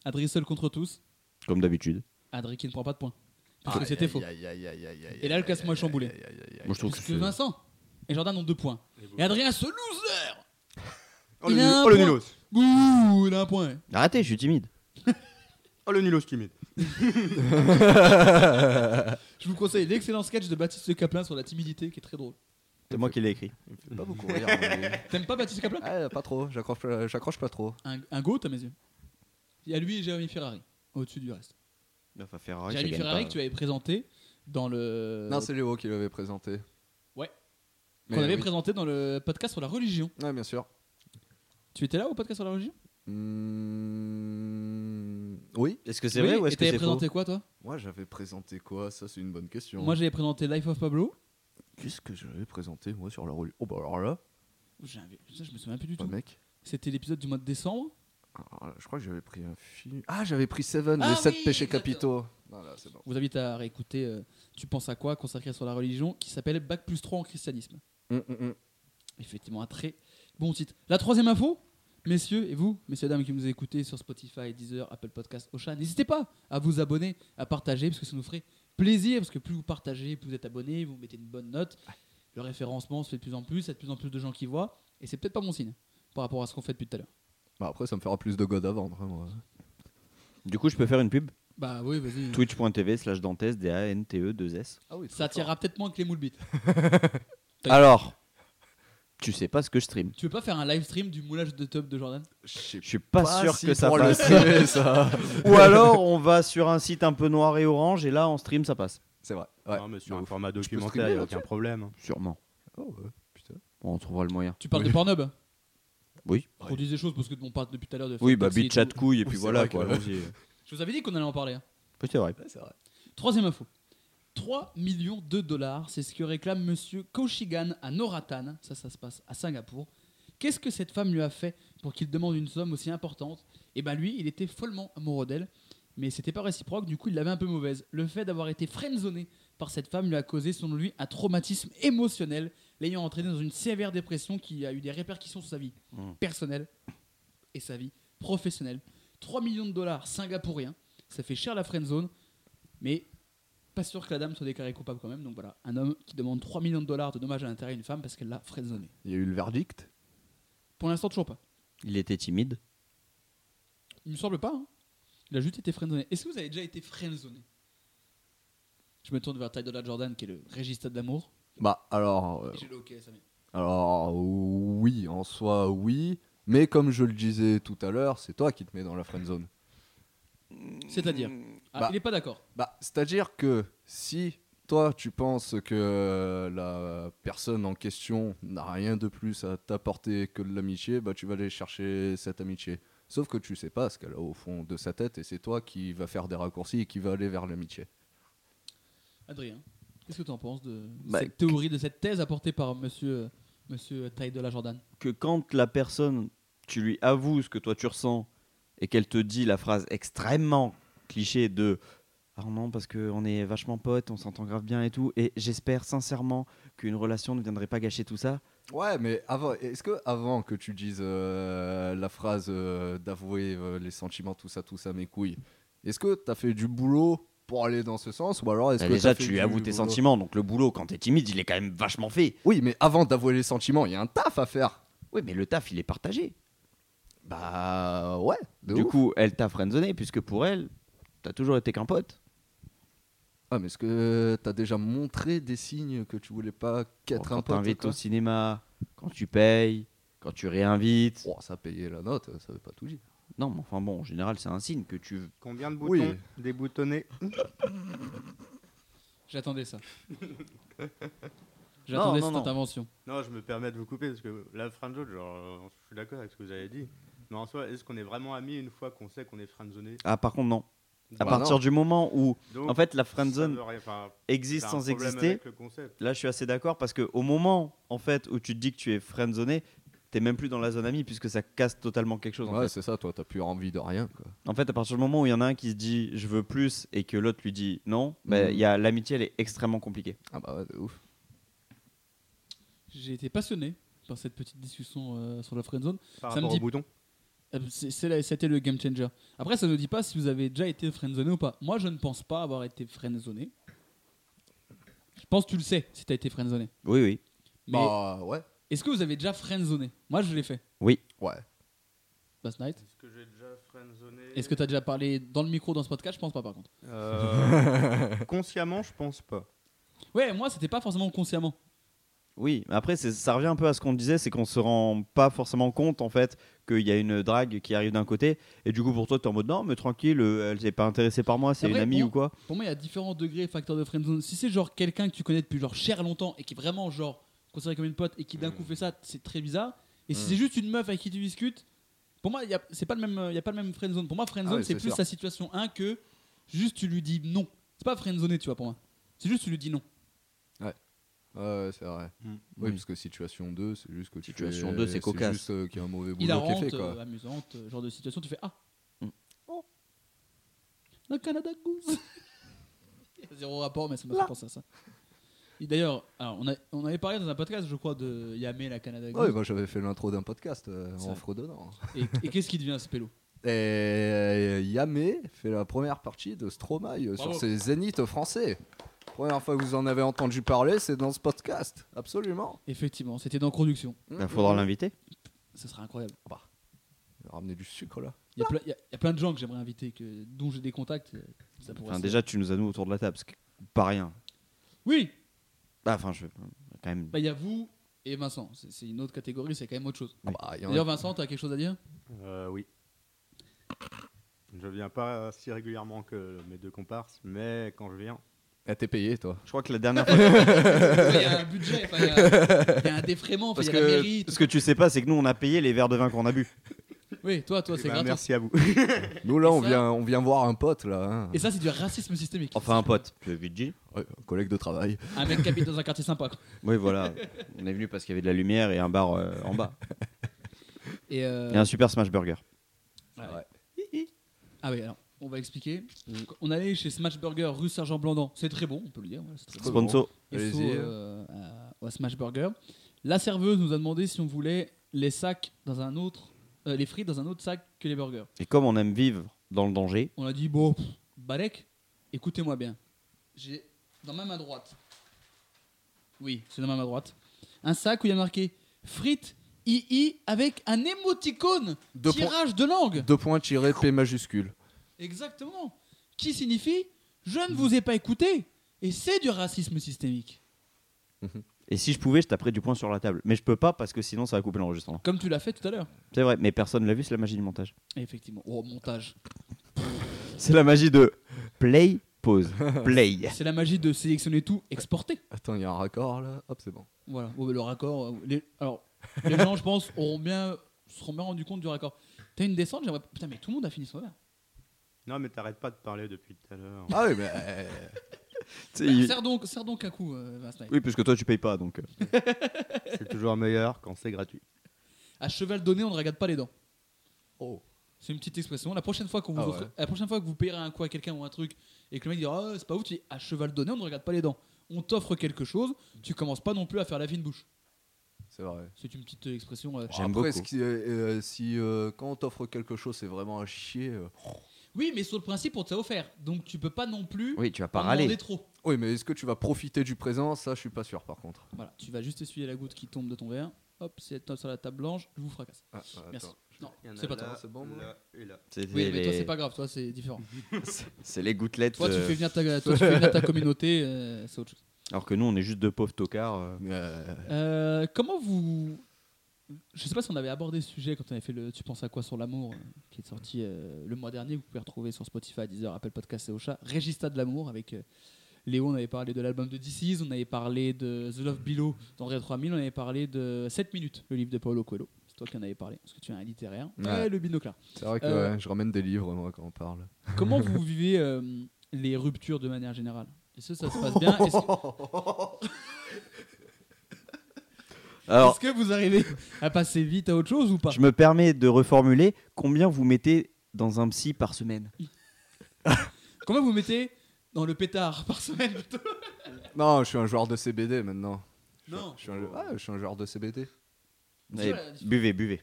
Adrien seul contre tous. Comme d'habitude. Adrien qui ne prend pas de points. Parce Aïe, que c'était Ah, aïe, faux. aïe, aïe, aïe, aïe, aïe, Et là, le aïe, classement est aïe, chamboulé. aïe, aïe, aïe, aïe. Moi je trouve que Puisque c'est- Vincent et Jordan ont deux points. Et Adrien, ce loser Oh, Il le, a nul- un oh, le point. nulos Bouh, il a un point. Arrêtez, je suis timide. Oh le nulos timide Je vous conseille l'excellent sketch de Baptiste Caplin sur la timidité qui est très drôle. C'est moi qui l'ai écrit. Pas beaucoup rire, mais- T'aimes pas Baptiste Caplin Ah, pas trop, j'accroche pas- j'accroche pas trop. un, un goat à mes yeux. Il y a lui et Jérémy Ferrari au-dessus du reste. Enfin, Ferrari, Ah ça Jérémy gagne Ferrari pas. que tu avais présenté dans le. Non, c'est Léo qui l'avait présenté. Euh, Ouais. Mais qu'on avait oui. présenté dans le podcast sur la religion. Ouais, bien sûr. Tu étais là au podcast sur la religion Mmh, Oui. Est-ce que c'est Oui, vrai ou est-ce et que t'avais c'est faux présenté quoi toi Moi, j'avais présenté quoi Ça, c'est une bonne question. Moi j'avais présenté Life of Pablo. Qu'est-ce que j'avais présenté, moi, sur la religion Oh, bah alors là. J'ai un vieux- ça, Je me souviens plus du Pas tout. mec. C'était l'épisode du mois de décembre. Alors, je crois que j'avais pris un film. Ah, j'avais pris Seven, Ah les 7 oui, péchés exactement. capitaux. Voilà, c'est bon. Je vous invite à réécouter euh, Tu penses à quoi consacré sur la religion qui s'appelle Bac plus 3 en christianisme. Hum, hum, hum. Effectivement, un très bon titre. La troisième info, messieurs et vous, messieurs dames qui nous écoutez sur Spotify, Deezer, Apple Podcast, Ocha, n'hésitez pas à vous abonner, à partager, parce que ça nous ferait plaisir, parce que plus vous partagez, plus vous êtes abonné, vous mettez une bonne note, le référencement se fait de plus en plus, il y a de plus en plus de gens qui voient, et c'est peut-être pas bon signe par rapport à ce qu'on fait depuis tout à l'heure. Bah, après, ça me fera plus de God avant, moi. Du coup, je peux faire une pub Bah oui, vas-y. Twitch.tv slash Dantes, D-A-N-T-E 2-S. Ah oui, très Ça tirera peut-être moins que les moules bites. Alors, tu sais pas ce que je stream. Tu veux pas faire un live stream du moulage de tub de Jordan fort. Je sais Je suis pas, pas sûr si que ça pour le passe. streamer, ça. Ou alors, on va sur un site un peu noir et orange et là, on stream, ça passe. C'est vrai. Ouais. Non, mais sur de Ah. un ouf. format peux documentaire, streamer il n'y a aucun problème. hein. Sûrement. Oh, ouais, putain. Bon, on trouvera le moyen. Tu parles Oui. de Pornhub Oui. On dit des choses parce que on parle depuis tout à l'heure de Oui, bah, Foxy et bitch, chat, tout. couille, et puis C'est voilà vrai quoi. que- allons-y. Je vous avais dit qu'on allait en parler. hein. Oui, c'est vrai. Ouais, c'est vrai. Troisième info. 3 millions de dollars, c'est ce que réclame monsieur Koshigan à Noratan, ça ça se passe à Singapour. Qu'est-ce que cette femme lui a fait pour qu'il demande une somme aussi importante Et ben lui, il était follement amoureux d'elle, mais c'était pas réciproque, du coup il l'avait un peu mauvaise. Le fait d'avoir été friendzonné par cette femme lui a causé selon lui un traumatisme émotionnel, l'ayant entraîné dans une sévère dépression qui a eu des répercussions sur sa vie Mm. personnelle et sa vie professionnelle. 3 millions de dollars singapouriens, ça fait cher la friendzone, mais pas sûr que la dame soit déclarée coupable quand même. Donc voilà, un homme qui demande 3 millions de dollars de dommages à l'intérêt d'une femme parce qu'elle l'a freinzonnée. Il y a eu le verdict. Pour l'instant, toujours pas. Il était timide. Il me semble pas. hein. Il a juste été freinzonné. Est-ce que vous avez déjà été freinzonné Je me tourne vers Ty Dolla Jordan qui est le régista de l'amour. Bah, alors. euh, Et J'ai le ok, ça vient. Alors oui, en soi oui, mais comme je le disais tout à l'heure, c'est toi qui te mets dans la friend zone. C'est-à-dire mm, Ah, Bah. Il est pas d'accord. Bah, c'est-à-dire que si toi tu penses que la personne en question n'a rien de plus à t'apporter que de l'amitié, bah tu vas aller chercher cette amitié. Sauf que tu sais pas ce qu'elle a au fond de sa tête et c'est toi qui va faire des raccourcis et qui va aller vers l'amitié. Adrien, qu'est-ce que tu en penses de Bah, cette théorie, de cette thèse apportée par monsieur, euh, monsieur Ty Dolla Jordan que quand la personne, tu lui avoues ce que toi tu ressens et qu'elle te dit la phrase extrêmement cliché de Ah non, parce qu'on est vachement potes, on s'entend grave bien et tout, et j'espère sincèrement qu'une relation ne viendrait pas gâcher tout ça. Ouais, mais avant, est-ce que avant que tu dises euh, la phrase euh, d'avouer euh, les sentiments, tout ça, tout ça, mes couilles, est-ce que t'as fait du boulot pour aller dans ce sens ou alors est-ce Bah, que t'as déjà, fait tu du lui avoues tes boulot sentiments, donc le boulot, quand t'es timide, il est quand même vachement fait. Oui, mais avant d'avouer les sentiments, il y a un taf à faire. Oui, mais le taf, il est partagé. Bah ouais. de du ouf. coup, elle t'a friendzonné, puisque pour elle, t'as toujours été qu'un pote. Ah, mais est-ce que t'as déjà montré des signes que tu voulais pas qu'être quand un pote t'invites quoi au cinéma, quand tu payes, quand tu réinvites. Oh, ça payait la note, ça veut pas tout dire. Non, mais enfin bon, en général, c'est un signe que tu Combien de boutons Oui. Déboutonner J'attendais ça. J'attendais non, cette non. intervention. Non, je me permets de vous couper parce que la friendzone, genre, euh, je suis d'accord avec ce que vous avez dit. Mais en soi, est-ce qu'on est vraiment amis une fois qu'on sait qu'on est friendzoné Ah, par contre, non. À Bah, partir non. du moment où, Donc, en fait, la ça friendzone veut rien- enfin, existe t'as un sans problème exister, avec le concept. là, je suis assez d'accord parce que au moment, en fait, où tu te dis que tu es friendzoné, t'es même plus dans la zone amie puisque ça casse totalement quelque chose. En, Ouais, fait. c'est ça, toi, t'as plus envie de rien. Quoi. En fait, à partir du moment où il y en a un qui se dit je veux plus et que l'autre lui dit non, bah, Mhm. il y a l'amitié, elle est extrêmement compliquée. Ah bah ouais, de ouf. J'ai été passionné par cette petite discussion euh, sur la friendzone. Par Ça me rapport dit- au bouton. Euh, c'est- c'est la- C'était le game changer. Après, ça ne dit pas si vous avez déjà été friendzoné ou pas. Moi, je ne pense pas avoir été friendzoné. Je pense que tu le sais si tu as été friendzoné. Oui, oui. Mais Bah ouais. est-ce que vous avez déjà friendzoné Moi, je l'ai fait Ouais. last night. Est-ce que j'ai déjà friendzoné Est-ce que tu as déjà parlé dans le micro dans ce podcast Je pense pas, par contre. Euh, Consciemment, je pense pas. Ouais, moi, c'était pas forcément consciemment. Oui, mais après, c'est- ça revient un peu à ce qu'on disait, c'est qu'on se rend pas forcément compte, en fait, qu'il y a une drague qui arrive d'un côté, et du coup, pour toi, t'es en mode non, mais tranquille, euh, elle n'est pas intéressée par moi, c'est Après, une amie bon, ou quoi. Pour moi, il y a différents degrés et facteurs de friendzone. Si c'est genre quelqu'un que tu connais depuis genre cher longtemps et qui est vraiment genre considéré comme une pote et qui d'un Mm. coup fait ça, c'est très bizarre. Et si c'est juste une meuf avec qui tu discutes, pour moi, il y a- c'est pas le même, euh, il y a pas le même friendzone. Pour moi, friendzone, Ah oui, c'est c'est plus sûr. la situation 1 que juste tu lui dis non. C'est pas friendzoné, tu vois, pour moi. C'est juste tu lui dis non. Ouais, c'est vrai. Mm. Oui, Oui. parce que situation 2, c'est juste que tu Situation fais- 2, c'est cocasse. juste euh, qu'il y a un mauvais boulot qui est hilarante, fait, quoi. euh, amusante, euh, genre de situation, tu fais Ah Mm. Oh La Canada Goose Il y a zéro rapport, mais ça m'a fait penser à ça. Et D'ailleurs, alors, on, a- on avait parlé dans un podcast, je crois, de Yamé, la Canada Goose. Ouais, bah, j'avais fait l'intro d'un podcast euh, C'est en vrai. fredonnant. Et, et qu'est-ce qui devient ce pélo Et euh, Yamé fait la première partie de Stromae euh, Bravo. sur ses zéniths français. Première fois que vous en avez entendu parler, c'est dans ce podcast. Absolument. Mm. Effectivement, c'était dans Production. Il Bah, faudra l'inviter. Ce serait incroyable. Ramener du sucre là. Il y, a plein- il y a- il y a plein de gens que j'aimerais inviter, que, dont j'ai des contacts. euh, Ça pourrait Enfin, se- déjà, tu nous as nous autour de la table, parce que pas rien. Oui Ah, Enfin, je. Quand même. Bah, Il y a vous et Vincent. C'est c'est une autre catégorie, c'est quand même autre chose. Ah bah, il y en a- D'ailleurs, Vincent, t'as quelque chose à dire Euh, oui. Je viens pas si régulièrement que mes deux comparses, mais quand je viens, Ah, t'es payé toi. Je crois que la dernière fois. Il y a un budget, enfin, il y, a- il y a un défraiement, enfin, il parce y a la que mairie. tout ce que tu sais pas, c'est que nous, on a payé les verres de vin qu'on a bu. ça. Oui, toi, toi, eh c'est ben, gratuit. merci à vous. Nous là, Et on ça- vient, on vient voir un pote là, hein. Et ça, c'est du racisme systémique. Enfin, un pote. Tu as vu G Ouais, un collègue de travail. Un mec qui habite dans un quartier sympa. quoi. Oui, voilà. on est venu parce qu'il y avait de la lumière et un bar euh, en bas. Et euh, Et un super Smash Burger. Ah oui, alors, on va expliquer. On allait chez Smash Burger rue Sergent Blandan. C'est très bon, on peut le dire. voilà, c'est très bon. Sponsor. Et Allez-y. faut, euh, à- à Smash Burger. La serveuse nous a demandé si on voulait les sacs dans un autre, euh, les frites dans un autre sac que les burgers. Et comme on aime vivre dans le danger, On a dit, bon, pff, Balek, écoutez-moi bien. J'ai dans ma main droite, oui, c'est dans ma main droite, un sac où il y a marqué frites II avec un émoticône Deux points. tirage de langue. Deux points tirés P majuscule. Exactement. Qui signifie je ne vous ai pas écouté. Et c'est du racisme systémique. et si je pouvais, je taperais du poing sur la table. Mais je peux pas parce que sinon, ça va couper l'enregistrement. Comme tu l'as fait tout à l'heure. C'est vrai, mais personne l'a vu, c'est la magie du montage. Et Effectivement. Oh, montage. C'est la magie de play, pause, play. C'est la magie de sélectionner tout, exporter. Attends, il y a un raccord là. Hop, c'est bon. Voilà, Bon, bah, le raccord. euh, les- Alors, les gens, je pense, auront bien, se seront bien rendus compte du raccord. T'as une descente, j'aimerais. Putain, mais tout le monde a fini son verre. Non, mais t'arrêtes pas de parler depuis tout à l'heure. Ah oui, mais euh, Serre, donc, serre donc un coup, euh, Vincent. Oui, puisque toi, tu payes pas, donc. euh. C'est toujours meilleur quand c'est gratuit. À cheval donné, on ne regarde pas les dents. Oh. C'est une petite expression. La prochaine fois qu'on vous Ah offre- ouais. la prochaine fois que vous payerez un coup à quelqu'un ou un truc et que le mec dira Ah, c'est pas ouf, tu dis à cheval donné, on ne regarde pas les dents. On t'offre quelque chose, tu commences pas non plus à faire la fine bouche. c'est vrai. C'est une petite euh, expression. euh. J'aime Après, beaucoup. ce qui- euh, euh, si euh, quand on t'offre quelque chose, c'est vraiment à chier. euh. Oui, mais sur le principe, on te l'a offert. Donc tu peux pas non plus Oui, tu vas pas en demander râler. trop. Oui, mais est-ce que tu vas profiter du présent Ça, je suis pas sûr par contre. Voilà, tu vas juste essuyer la goutte qui tombe de ton verre. Hop, c'est top sur la table blanche, je vous fracasse. Ah, ah, Merci. attends. Non, Il y en a c'est pas là, toi. c'est bon, moi. là et là. C'est Oui, mais toi, les- c'est pas grave, toi, c'est différent. c'est les gouttelettes. Toi, tu euh, fais venir ta, toi, tu fais venir ta communauté, euh, c'est autre chose. Alors que nous, on est juste deux pauvres tocards. euh. Euh, Euh, comment vous. Je sais pas si on avait abordé ce sujet quand on avait fait le Tu penses à quoi sur l'amour euh, qui est sorti euh, le mois dernier. que Vous pouvez retrouver sur Spotify, Deezer, Apple Podcast et Ocha. Régista de l'amour avec euh, Léo. On avait parlé de l'album de DC's, on avait parlé de The Love Below dans Red 3000, on avait parlé de 7 minutes, le livre de Paolo Coelho. C'est toi qui en avais parlé parce que tu es un littéraire. Ouais. Ouais, le binoclard. c'est vrai que Euh. ouais, je ramène des livres moi quand on parle. Comment vous vivez euh, les ruptures de manière générale Est-ce que ça se passe bien Est-ce que, Alors, est-ce que vous arrivez à passer vite à autre chose ou pas je me permets de reformuler combien vous mettez dans un psy par semaine Comment vous mettez dans le pétard par semaine plutôt Non, je suis un joueur de CBD maintenant. Non. Je suis un, ah, je suis un joueur de CBD. Tu Allez, vois la différence Buvez, buvez.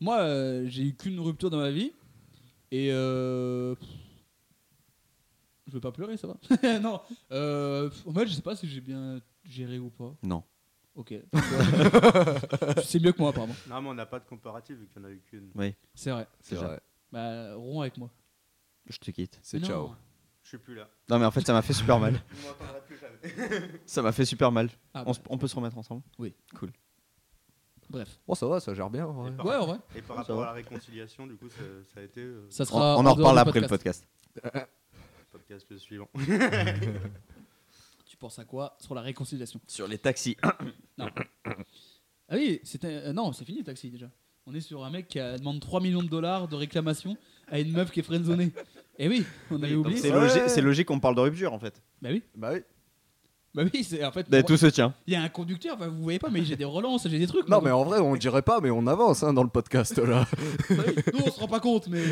Moi, euh, j'ai eu qu'une rupture dans ma vie. Et. Euh... pff, Je veux pas pleurer, ça va Non. euh, pff, En fait, je sais pas si j'ai bien géré ou pas. Non. Ok. C'est mieux que moi, apparemment. Non, mais on n'a pas de comparatif vu qu'il n'y en a eu qu'une. C'est vrai. C'est Déjà. vrai. Bah, rond avec moi. Je te quitte. C'est Non. ciao. Je suis plus là. Non, mais en fait, ça m'a fait super mal. Vous m'entendrez plus jamais. Ça m'a fait super mal. Ah, On, bah, se- on peut se remettre ensemble Bref. Bon, Oh, ça va, ça gère bien. en vrai. Et par- Ouais, ouais. Et par Ça rapport va. à la réconciliation, du coup, ça, ça a été euh, Ça On, sera. on en dehors du reparle après le podcast. podcast le suivant. Tu penses à quoi sur la réconciliation Sur les taxis. Ah oui, c'était. euh, non, c'est fini le taxi déjà. On est sur un mec qui a- demande 3 millions de dollars de réclamation à une meuf qui est friendzonée. Eh oui, on avait oublié. C'est Ouais. logique, c'est logique qu'on parle de rupture en fait. Bah oui. Bah oui. Bah oui, c'est en fait. Bah, tout se tient. Il y a un conducteur, enfin, vous voyez pas, mais j'ai des relances, j'ai des trucs. Non, mais moi. en vrai, on dirait pas, mais on avance hein, dans le podcast là. Oui, Nous, on se rend pas compte, mais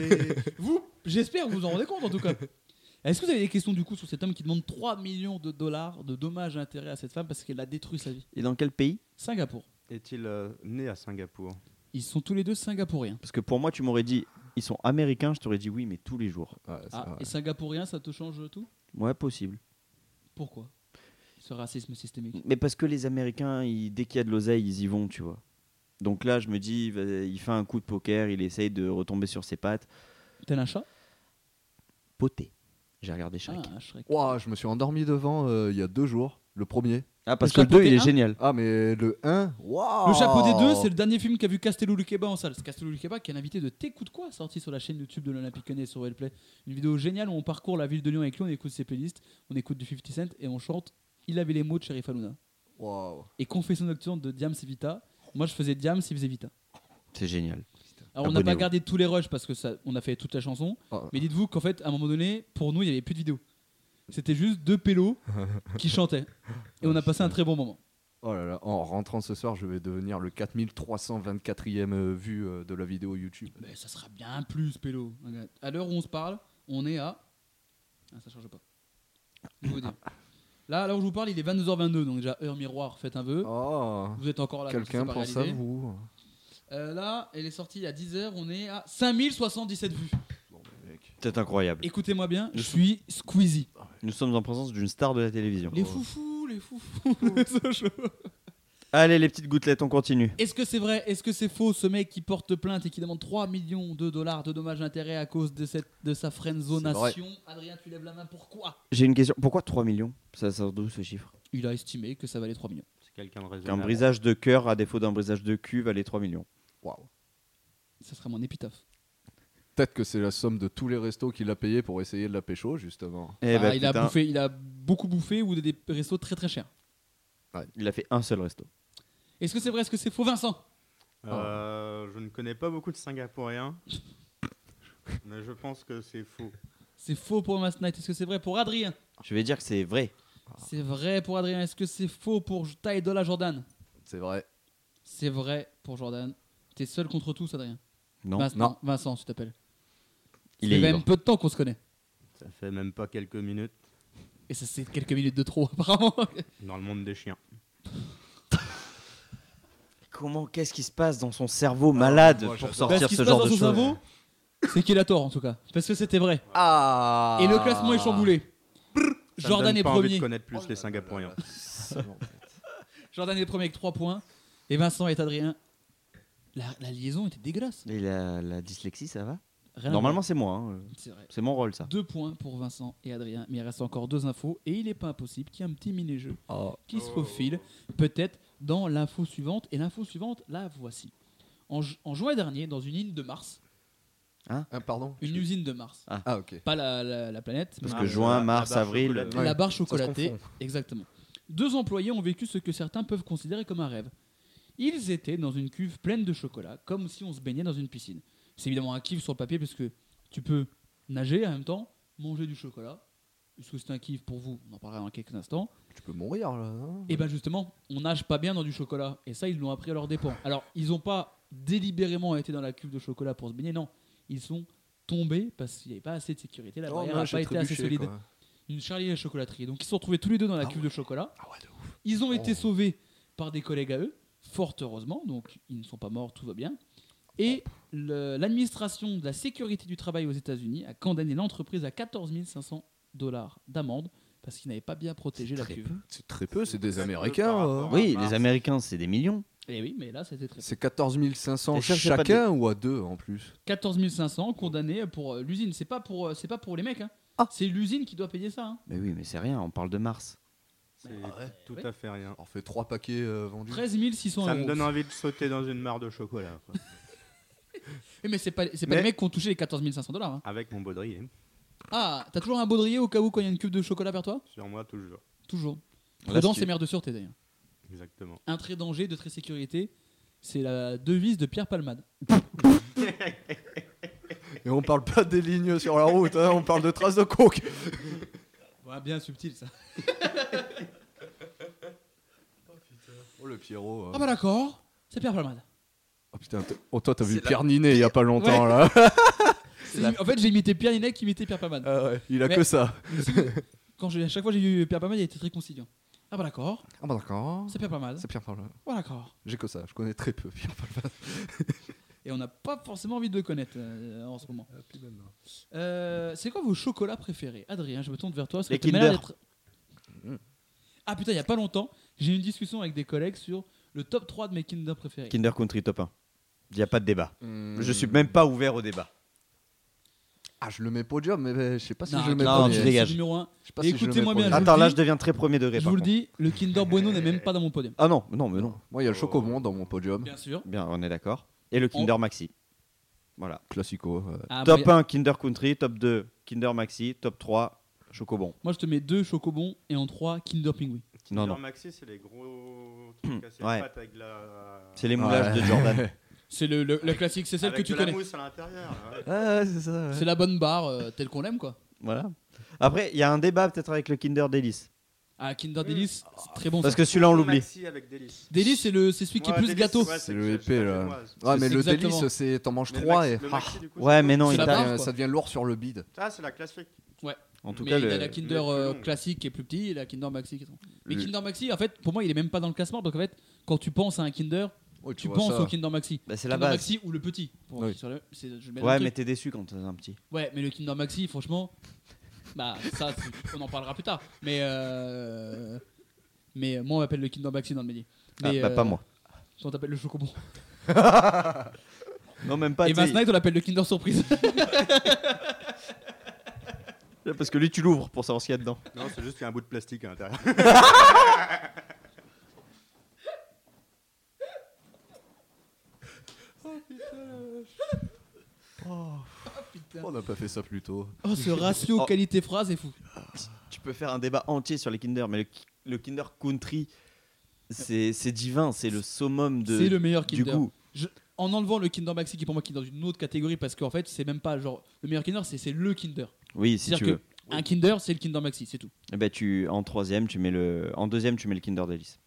vous, j'espère, vous vous en rendez compte en tout cas. Est-ce que vous avez des questions du coup sur cet homme qui demande 3 millions de dollars de dommages et intérêts à cette femme parce qu'elle a détruit sa vie Et dans quel pays Singapour. Est-il euh, né à Singapour Ils sont tous les deux singapouriens. Parce que pour moi, tu m'aurais dit, ils sont américains, je t'aurais dit oui, mais tous les jours. Ouais, c'est Ah, vrai. et singapourien, ça te change tout Ouais, possible. Pourquoi Ce racisme systémique. Mais parce que les Américains, ils- dès qu'il y a de l'oseille, ils y vont, tu vois. Donc là, je me dis, il va- il fait un coup de poker, il essaye de retomber sur ses pattes. Tel un chat Poté. J'ai regardé Ah, Shrek. un Shrek. Ouah, je me suis endormi devant euh, il y a deux jours, le premier. Ah, parce Le que le chapeauté 2, il est un génial. Ah, mais le 1, waouh Le chapeau des Oh. deux, c'est le dernier film qu'a vu Castello Luqueba en salle. C'est Castello Luqueba qui est l'invité de T'écoutes quoi, sorti sur la chaîne YouTube de l'Olympique Lyonnais sur Wellplay. Une vidéo géniale où on parcourt la ville de Lyon avec lui, on écoute ses playlists, on écoute du 50 Cent et on chante Il avait les mots de Sheriff Hanouna. Waouh. Et Confession nocturne de Diams et Vita. Moi, je faisais Diams, il faisait Vita. C'est génial. Alors, on n'a pas Abonnez-vous. gardé tous les rushs parce que ça, on a fait toute la chanson. Ah. Mais dites-vous qu'en fait, à un moment donné, pour nous, il n'y avait plus de vidéo. C'était juste deux pélos qui chantaient. Et on a passé un très bon moment. Oh là là, en rentrant ce soir, je vais devenir le 4324e euh, vue euh, de la vidéo YouTube. Mais ça sera bien plus, Pélo. Regarde. À l'heure où on se parle, on est à. Ah, ça change pas. Je vais vous dire. Là, à l'heure où je vous parle, il est 22h22, donc déjà heure miroir, faites un vœu. Oh, Vous êtes encore là. donc quelqu'un c'est pas pense à réalisé. vous. Euh, là, elle est sortie à 10h, on est à 5077 vues. C'est incroyable. Écoutez-moi bien, je suis Squeezie. Ah Nous sommes en présence d'une star de la télévision. bah. Les foufous, les foufous, le socho. Allez, les petites gouttelettes, on continue. Est-ce que c'est vrai Est-ce que c'est faux ce mec qui porte plainte et qui demande 3 millions de dollars de dommages intérêts à cause de, cette, de sa friendzonation Adrien, tu lèves la main, pourquoi J'ai une question. Pourquoi 3 millions Ça sort d'où ce chiffre Il a estimé que ça valait 3 millions. C'est quelqu'un de Qu'un raisonnable. brisage de cœur, à défaut d'un brisage de cul, valait 3 millions. Waouh. Ça sera mon épitaphe. Peut-être que c'est la somme de tous les restos qu'il a payé pour essayer de la pécho, justement. Eh Ah, bah, il, a putain, bouffé, il a beaucoup bouffé ou des, des restos très très chers. Ah, il a fait un seul resto. Est-ce que c'est vrai Est-ce que c'est faux, Vincent Euh, je ne connais pas beaucoup de Singapouriens, mais je pense que c'est faux. C'est faux pour Mass Knight. Est-ce que c'est vrai pour Adrien Je vais dire que c'est vrai. C'est vrai pour Adrien. Est-ce que c'est faux pour Ty Dolla Jordan C'est vrai. C'est vrai pour Jordan. T'es seul contre tous, Adrien. Non, Vincent, non. Vincent, tu t'appelles. il Ça est fait quand libre. même peu de temps qu'on se connaît. Ça fait même pas quelques minutes Et ça, c'est quelques minutes de trop, apparemment. dans le monde des chiens. Comment, qu'est-ce qui se passe dans son cerveau malade moi, pour j'adore. Bah, ce sortir qui ce se passe genre dans de son choses cerveau, c'est qu'il a tort, en tout cas. Parce que c'était vrai. Ah Et le classement est chamboulé. Ça me Jordan donne est pas envie premier. de connaître plus les Singapouriens. Jordan est premier avec 3 points. Et Vincent et Adrien. La, la liaison était dégueulasse. Et la, la dyslexie, ça va Rien à Normalement, voir. c'est moi. hein. c'est vrai. C'est mon rôle, ça. 2 points pour Vincent et Adrien. Mais il reste encore deux infos. Et il n'est pas impossible qu'il y ait un petit mini-jeu Oh. qui se profile peut-être dans l'info suivante. Et l'info suivante, la voici. En, ju- en juin dernier, dans une île de Mars, Ah, pardon une usine de Mars, Ah, ok. pas la, la- la planète, Parce mais que Ah, juin, la- mars, la barre avril. euh, chocolatée. ouais, la barre se chocolatée. confond. Exactement. Deux employés ont vécu ce que certains peuvent considérer comme un rêve. Ils étaient dans une cuve pleine de chocolat, comme si on se baignait dans une piscine. C'est évidemment un kiff sur le papier, parce que tu peux nager en même temps, manger du chocolat. Est-ce que c'est un kiff pour vous On en parlera dans quelques instants. Tu peux mourir là. hein Et ben justement, on nage pas bien dans du chocolat. Et ça, ils l'ont appris à leur dépens. Alors, ils n'ont pas délibérément été dans la cuve de chocolat pour se baigner, non. Ils sont tombés parce qu'il n'y avait pas assez de sécurité. La Oh, barrière non, n'a j'ai pas été assez trébuché, solide. quoi. Une Charlie et la chocolaterie. Donc, ils se sont retrouvés tous les deux dans la cuve de chocolat. Ah ouais, de ouf. Ils ont été Oh. sauvés par des collègues à eux, fort heureusement, donc ils ne sont pas morts, tout va bien. Et Oh. le- l'administration de la sécurité du travail aux États-Unis a condamné l'entreprise à 14 500 dollars d'amende parce qu'ils n'avaient pas bien protégé la très cuve. C'est très peu, c'est des Très peu Américains. par euh. rapport à- Oui, Mars. les Américains, c'est des millions. Et Eh oui, mais là c'était très peu. hein. C'est 14 500 Et cherche pas chacun ou à deux en plus 14 500 Oh. condamnés pour euh, l'usine. C'est pas pour, euh, c'est pas pour les mecs. hein. Ah. C'est l'usine qui doit payer ça. hein. Mais oui, mais c'est rien, on parle de mars. C'est ouais. tout Ouais. à fait rien. On fait trois paquets euh, vendus. 13 600 Ça euros. me donne envie de sauter dans une mare de chocolat. quoi. Oui, Eh, Mais c'est pas, c'est pas Mais- les mecs qui ont touché les 14 500 dollars. hein. Avec mon baudrier. Ah, t'as toujours un baudrier au cas où quand il y a une cuve de chocolat vers toi Sur moi, toujours. Toujours. Là, Prudence si- c'est mère de sûreté d'ailleurs. Exactement. un très danger, deux très sécurité. C'est la devise de Pierre Palmade. Et on parle pas des lignes sur la route, hein, on parle de traces de coke. bien subtil ça. Oh le Pierrot. euh. Ah bah d'accord, c'est Pierre Palmade. Oh putain, t- oh, toi t'as vu C'est la- Pierre Ninet il y a pas longtemps Ouais. là. C'est- En fait, j'ai imité Pierre Ninet qui imitait Pierre Ah. Palmade. Il a Mais- que ça. Quand j'ai- à chaque fois j'ai eu Pierre Palmade, il était très conciliant. Ah bah d'accord, Ah bah d'accord. c'est Pierre Palmade. C'est Pierre Palmade. Voilà d'accord. J'ai que ça, je connais très peu Pierre Palmade. Et on n'a pas forcément envie de le connaître euh, en ce moment. Euh, c'est quoi vos chocolats préférés Adrien, je me tourne vers toi. parce que Les t'as l'air Kinder. d'être- Ah putain, il y a pas longtemps, j'ai eu une discussion avec des collègues sur le top 3 de mes Kinder préférés. Kinder Country top 1. Il n'y a pas de débat. Hmm. Je suis même pas ouvert au débat. Ah, je le mets podium, mais euh, je sais pas si Non, je le mets non, premier. tu c'est dégages. le numéro 1. Je sais pas si je le mets Écoutez-moi bien, premier. vous Attends, le là dis. je deviens très premier degré. Je par vous le contre. dis, le Kinder Bueno n'est même pas dans mon podium. Ah non, non, mais non. Moi, il y a le Chocomon dans mon podium. Bien sûr. Bien, on est d'accord. Et le Kinder Maxi. Voilà. Classico. euh. Ah, top bah, 1, Kinder Country. Top 2, Kinder Maxi. Top 3, Chocobon. Moi, je te mets deux chocobons et en 3 Kinder Pingouin. Non, Kinder non. Maxi, c'est les gros trucs assez Ouais. fat avec de la. C'est les moulages Ouais. de Jordan. C'est le, le- le classique, c'est celle avec que tu de la connais. mousse à l'intérieur. hein. ouais. Ah, c'est ça. ouais. C'est la bonne barre euh, telle qu'on l'aime, quoi. Voilà. Après, il y a un débat peut-être avec le Kinder Délice. Ah, Kinder Delice, c'est très bon. Parce ça. que celui-là, on l'oublie. Maxi avec délice. Delice, c'est le- c'est celui qui est Ouais, plus délice, gâteau. ouais, C'est que le je- épée je la là. génoise. Ah, mais le Exactement. délice, c'est t'en manges Mais le 3 maxi- et le ah, maxi, du coup, Ouais, c'est mais non, C'est il la t'a- barre. euh, quoi. ça devient lourd sur le bide. Ah, c'est la classique. En tout Mais cas, il y a le- la Kinder le plus euh, long. classique et plus petit et la Kinder Maxi qui sont. Mais Le- Kinder Maxi, en fait, pour moi, il est même pas dans le classement. Donc, en fait, quand tu penses à un Kinder, Ouais, tu vois penses ça. au Kinder Maxi. bah, c'est la Kinder base. Maxi ou le petit. pour- Oui. sur le- c'est- je mets le Ouais, truc. mais t'es déçu quand t'es un petit. Ouais, mais le Kinder Maxi, franchement, bah ça, c'est- on en parlera plus tard. Mais euh, mais euh, moi, on m'appelle le Kinder Maxi dans le midi. Ah, Mais, bah, euh, pas moi. On t'appelle le Chocobon. Non, même pas. Et bah, tu sais, Vince Knight, on l'appelle le Kinder Surprise. Parce que lui, tu l'ouvres pour savoir ce qu'il y a dedans. Non, c'est juste qu'il y a un bout de plastique à l'intérieur. Pourquoi On n'a pas fait ça plus tôt. oh, ce ratio Oh. qualité-phrase est fou. Tu peux faire un débat entier sur les Kinder, mais le, ki- le Kinder Country, c'est c'est divin. C'est le summum de, C'est le meilleur du Kinder. goût. Je- en enlevant le Kinder Maxi, qui pour moi qui est dans une autre catégorie, parce qu'en fait, c'est même pas genre le meilleur Kinder, c'est c'est le Kinder. Oui, si tu C'est-à-dire veux. que un Kinder, c'est le Kinder Maxi, c'est tout. Eh ben, tu, en troisième, tu mets le, en deuxième, tu mets le Kinder Délice.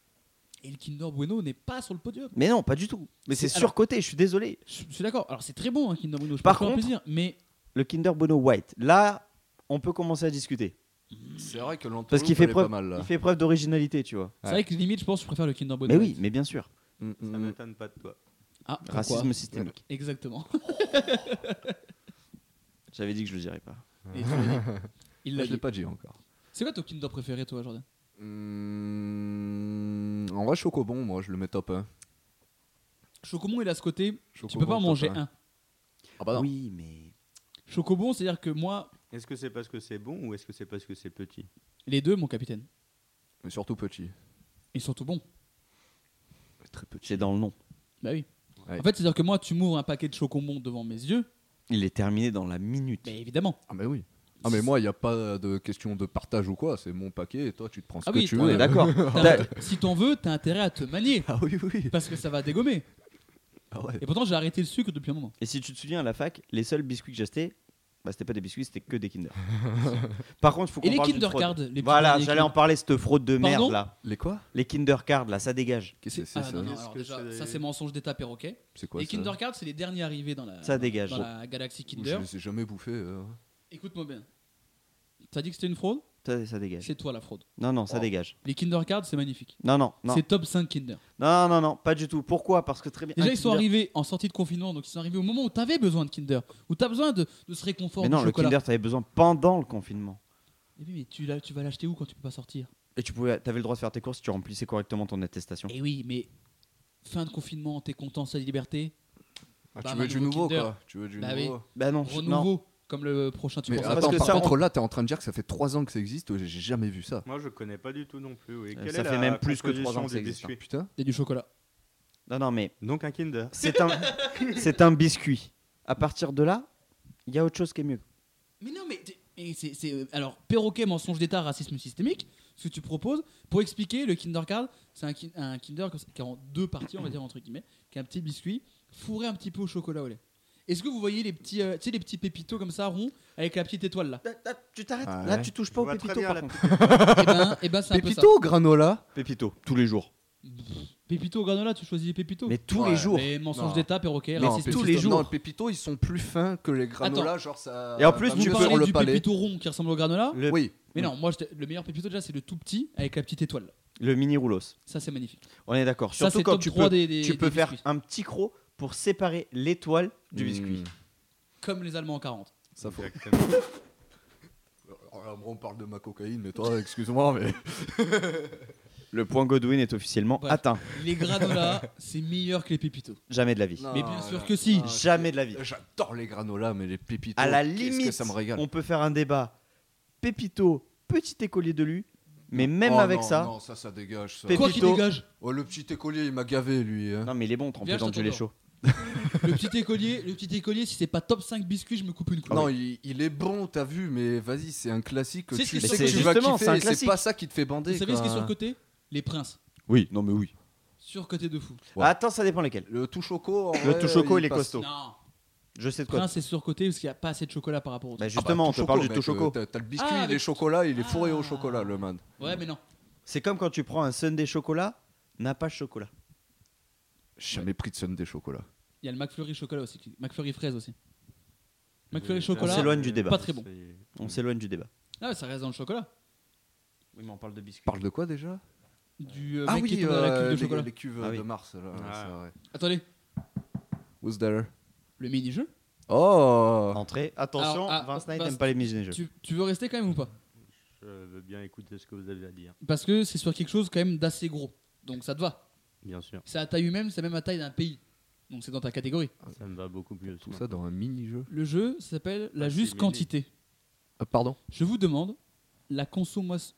Et le Kinder Bueno n'est pas sur le podium. Mais non, pas du tout. Mais c'est C'est- surcoté. Je suis désolé. Je je suis d'accord. Alors c'est très bon, hein, Kinder Bueno. Je Par peux faire contre- plaisir, mais Le Kinder Bueno White. Là, on peut commencer à discuter. C'est vrai que l'entourloupe Parce qu'il fait elle est pas preuve, mal là. il fait preuve d'originalité, tu vois. Ah. c'est vrai que limite, je pense, que je préfère le Kinder Bueno. Mais oui, mais bien sûr. Mm, mm, Ça mm. m'étonne pas de toi. Ah, pourquoi Racisme systémique. Exactement. J'avais dit que je le dirais pas. Et tu l'as dit. Il Moi, l'a Je l'ai dit. pas dit encore. C'est quoi ton Kinder préféré, toi, Jordan Mm, En vrai, Chocobon, moi, je le mets top 1. Chocobon, il a ce côté, tu Chocobon, peux pas en top manger un. un. Ah bah non. Oui, mais Chocobon, c'est-à-dire que moi, Est-ce que c'est parce que c'est bon ou est-ce que c'est parce que c'est petit les deux, mon capitaine, Mais surtout petit. ils sont tout bons. Très petit. c'est dans le nom. Bah oui. Ouais. En fait, c'est-à-dire que moi, tu m'ouvres un paquet de Chocobon devant mes yeux, Il est terminé dans la minute. mais évidemment. Ah, mais oui. Ah, mais moi, il n'y a pas de question de partage ou quoi. C'est mon paquet et toi, tu te prends ce Ah que oui, tu on On veux. est d'accord. T'as- si t'en veux, t'as intérêt à te manier, Ah oui, oui. parce que ça va dégommer. Ah ouais. Et pourtant, j'ai arrêté le sucre depuis un moment. Et si tu te souviens à la fac, les seuls biscuits que j'achetais, bah, c'était pas des biscuits, c'était que des Kinder. Par contre, faut Et qu'on les parle Kinder d'une fraude. Card, les petits Voilà, derniers j'allais en Kinder- parler cette fraude de merde Pardon là. Les quoi Les Kinder Card là, ça dégage. Qu'est-ce que c'est Ah ça non, non, Qu'est-ce alors que déjà, c'est- ça c'est mensonge d'État perroquet. C'est quoi les ça Kinder Card, c'est les derniers arrivés dans la, Ça dégage. dans la galaxie Kinder. Je les ai jamais bouffé. euh. Écoute-moi bien. T'as dit que c'était une fraude Ça, ça dégage. C'est toi la fraude. Non, non, ça Oh. dégage. Les Kinder Cards, c'est magnifique. Non, non, non. C'est top 5 Kinder. Non, non, non, pas du tout. Pourquoi Parce que très bien. Déjà, un ils sont Kinder- arrivés en sortie de confinement, donc ils sont arrivés au moment où t'avais besoin de Kinder, où t'as besoin de, de ce réconfort Mais du non, le chocolat. Kinder, t'avais besoin pendant le confinement. Eh oui, mais tu, l'as- tu vas l'acheter où quand tu peux pas sortir Et tu pouvais, t'avais le droit de faire tes courses si tu remplissais correctement ton attestation. Eh oui, mais fin de confinement, t'es content, c'est la liberté. Bah, Ah, tu bah, veux du nouveau nouveau Kinder. quoi Tu veux du Bah nouveau Bah non, je- non. Renouveau, comme le prochain tu Mais penses à- parce attends, que par ça, on- contre, là, t'es en train de dire que ça fait 3 ans que ça existe. J'ai jamais vu ça. Moi, je connais pas du tout non plus. oui. Euh, Quelle ça est fait la même plus que trois composition ans que ça du existe, hein. biscuit Putain. Il y a du chocolat. Non, non, mais Donc un Kinder. c'est un, c'est un biscuit. À partir de là, il y a autre chose qui est mieux. Mais non, mais, t'es- mais c'est, c'est- euh, alors perroquet, mensonge d'État, racisme systémique, ce que tu proposes pour expliquer le Kinder Card, c'est un, kin- un Kinder comme ça, qui est en deux parties, on va dire entre guillemets, qui est un petit biscuit fourré un petit peu au chocolat au lait. Est-ce que vous voyez les petits, euh, tu sais, les petits pépitos comme ça ronds avec la petite étoile là tu t'arrêtes. Ah Là, ouais. tu touches pas Je au vois très pépito, bien par la contre. eh petite- Et ben, eh ben c'est un peu ça. Pépito, granola. Pépito, tous les jours. Pépito ou granola, tu choisis les pépitos Mais tous Ouais, les jours. Mais mensonge Non. d'état, perroquet, Non, racisme. Pépito- tous les jours. Non, le pépito, ils sont plus fins que les granolas, genre ça. Et en plus, ça Vous tu mieux peux- parlez sur le du palais. pépito rond qui ressemble au granola Le, Oui, Mais non, moi, je- le meilleur pépito déjà, c'est le tout petit avec la petite étoile. le mini roulos. Ça, c'est magnifique. On est d'accord. Ça, Surtout c'est quand top tu 3 peux, des, des- tu des peux faire biscuits. un petit croc pour séparer l'étoile du Hmm. biscuit. Comme les Allemands en 40. ça faut. Exactement. Alors, on parle de ma cocaïne, mais toi, excuse-moi, mais. Le point Godwin est officiellement Bref. atteint. Les granolas, c'est meilleur que les pépitos. Jamais de la vie. Mais bien sûr que si. non. Jamais de la vie. J'adore les granolas, mais les pépitos. À la qu'est-ce limite, que ça me régale. on peut faire un débat. Pépito, petit écolier de lui, mais même Oh avec non, ça. Non, ça, ça dégage. ça. Pépito. Quoi qu'il dégage, Oh, le petit écolier, il m'a gavé, lui. hein. Non, mais il est bon trempé Viens, je dans du lait t'entends. chaud. le petit écolier, le petit écolier, si c'est pas top 5 biscuits, je me coupe une couille. Ah Non, il, il est bon, t'as vu, mais vas-y, c'est un classique. que C'est Tu, ce qui tu est sur- vas justement, kiffer, c'est un et c'est classique. pas ça qui te fait bander. Vous savez ce qui est quoi. surcoté Les princes. Oui, non, mais oui. Surcoté de fou. Ouais. Attends, ça dépend lesquels. Le tout choco. en Le vrai, tout choco, il est passe. Ah costaud. Non. Je sais de quoi. Prince est surcoté parce qu'il n'y a pas assez de chocolat par rapport au Bah, Ah bah, justement, on tout te parle du mec, tout choco. euh, T'as t'as le biscuit, Ah, il est avec- chocolat, il est fourré au Ah. chocolat, le man. Ouais, mais non. C'est comme quand tu prends un sundae chocolat, n'a pas de chocolat. J'ai jamais pris de sundae chocolat. Il y a le McFlurry chocolat aussi. qui- McFlurry fraise Euh, aussi. Mais McFlurry On chocolat. euh, s'éloigne du débat. Pas très bon. C'est- On s'éloigne du débat. Ah, ça reste dans le chocolat. Oui, mais on parle de biscuits. Parle de quoi déjà Du euh, Ah mec qui oui, tourne dans la euh, cuve de les chocolat. les cuves Ah de oui. Mars. là, Ah. c'est vrai. Attendez, Who's there le mini-jeu Oh Entrée. Attention, Alors, ah, Vince Knight Vince- n'aime pas les mini-jeux. tu, tu veux rester quand même ou pas Je veux bien écouter ce que vous avez à dire, Parce que c'est sur quelque chose quand même d'assez gros. Donc ça te va. bien sûr. C'est à taille humaine, c'est même à taille d'un pays. Donc c'est dans ta catégorie. Ah, Ça me va beaucoup mieux. Tout sinon. ça dans un mini-jeu. Le jeu s'appelle La Ah, juste c'est mini. quantité. Ah, pardon Je vous demande la consommation.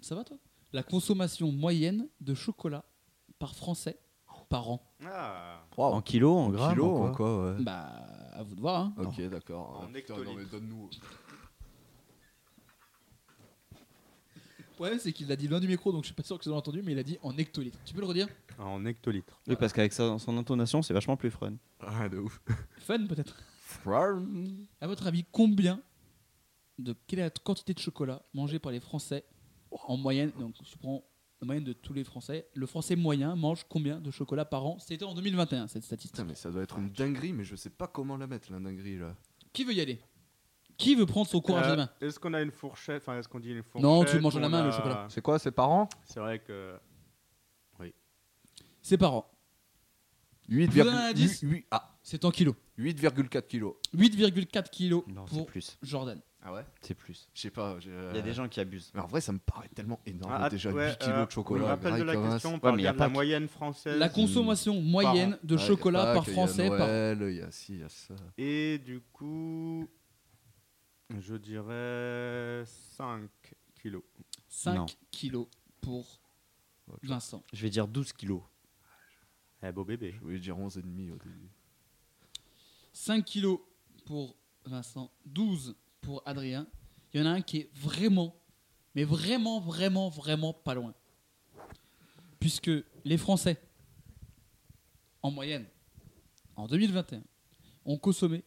Ça va toi La consommation moyenne de chocolat par Français par an. Ah, En kilos, en grammes. Kilo, en quoi en quoi, ouais. Bah, à vous de voir. Hein. Ok, d'accord. En Ah, putain, hectolitres. non, mais donne-nous. Le problème, c'est qu'il l'a dit loin du micro, donc je suis pas sûr que vous l'ayez entendu, mais il a dit en hectolitres. Tu peux le redire en hectolitres. Oui, parce qu'avec sa- son intonation, c'est vachement plus fun. Ah, de ouf. Fun peut-être. À votre avis, combien de quelle est la quantité de chocolat mangée par les Français en moyenne Donc, je prends la moyenne de tous les Français. Le Français moyen mange combien de chocolat par an C'était en 2021 cette statistique. Putain, mais ça doit être une dinguerie, mais je sais pas comment la mettre, la dinguerie, là. Qui veut y aller Qui veut prendre son courage à la Euh, main Est-ce qu'on a une fourchette Enfin, est-ce qu'on dit une fourchette Non, tu le manges à la on main, le a- chocolat. C'est quoi, ses parents C'est vrai que. Ses parents. Vous donnez un indice 8,4 ah, C'est en kilos. 8,4 kilos. 8,4 kilos Non, c'est pour plus. Jordan. Ah ouais C'est plus. Je sais pas. j'ai- Il y a des gens qui abusent. Mais en vrai, ça me paraît tellement énorme Ah, déjà. ouais, 8 kilos euh, de chocolat. Je rappelle de la graille comme question, un- on parle mais y a bien de la pas que- moyenne française. La consommation moyenne de Ouais, y a chocolat Pâques, par y a français par an. Noël, Il y a ci, il y a ça. Et du coup, je dirais 5 kilos. 5 Non. kilos pour Vincent. Je vais dire 12 kilos. Eh, beau bébé. Je voulais dire 11,5 au début. 5 kilos pour Vincent. 12 pour Adrien. Il y en a un qui est vraiment, mais vraiment, vraiment, vraiment pas loin. Puisque les Français, en moyenne, en 2021, ont consommé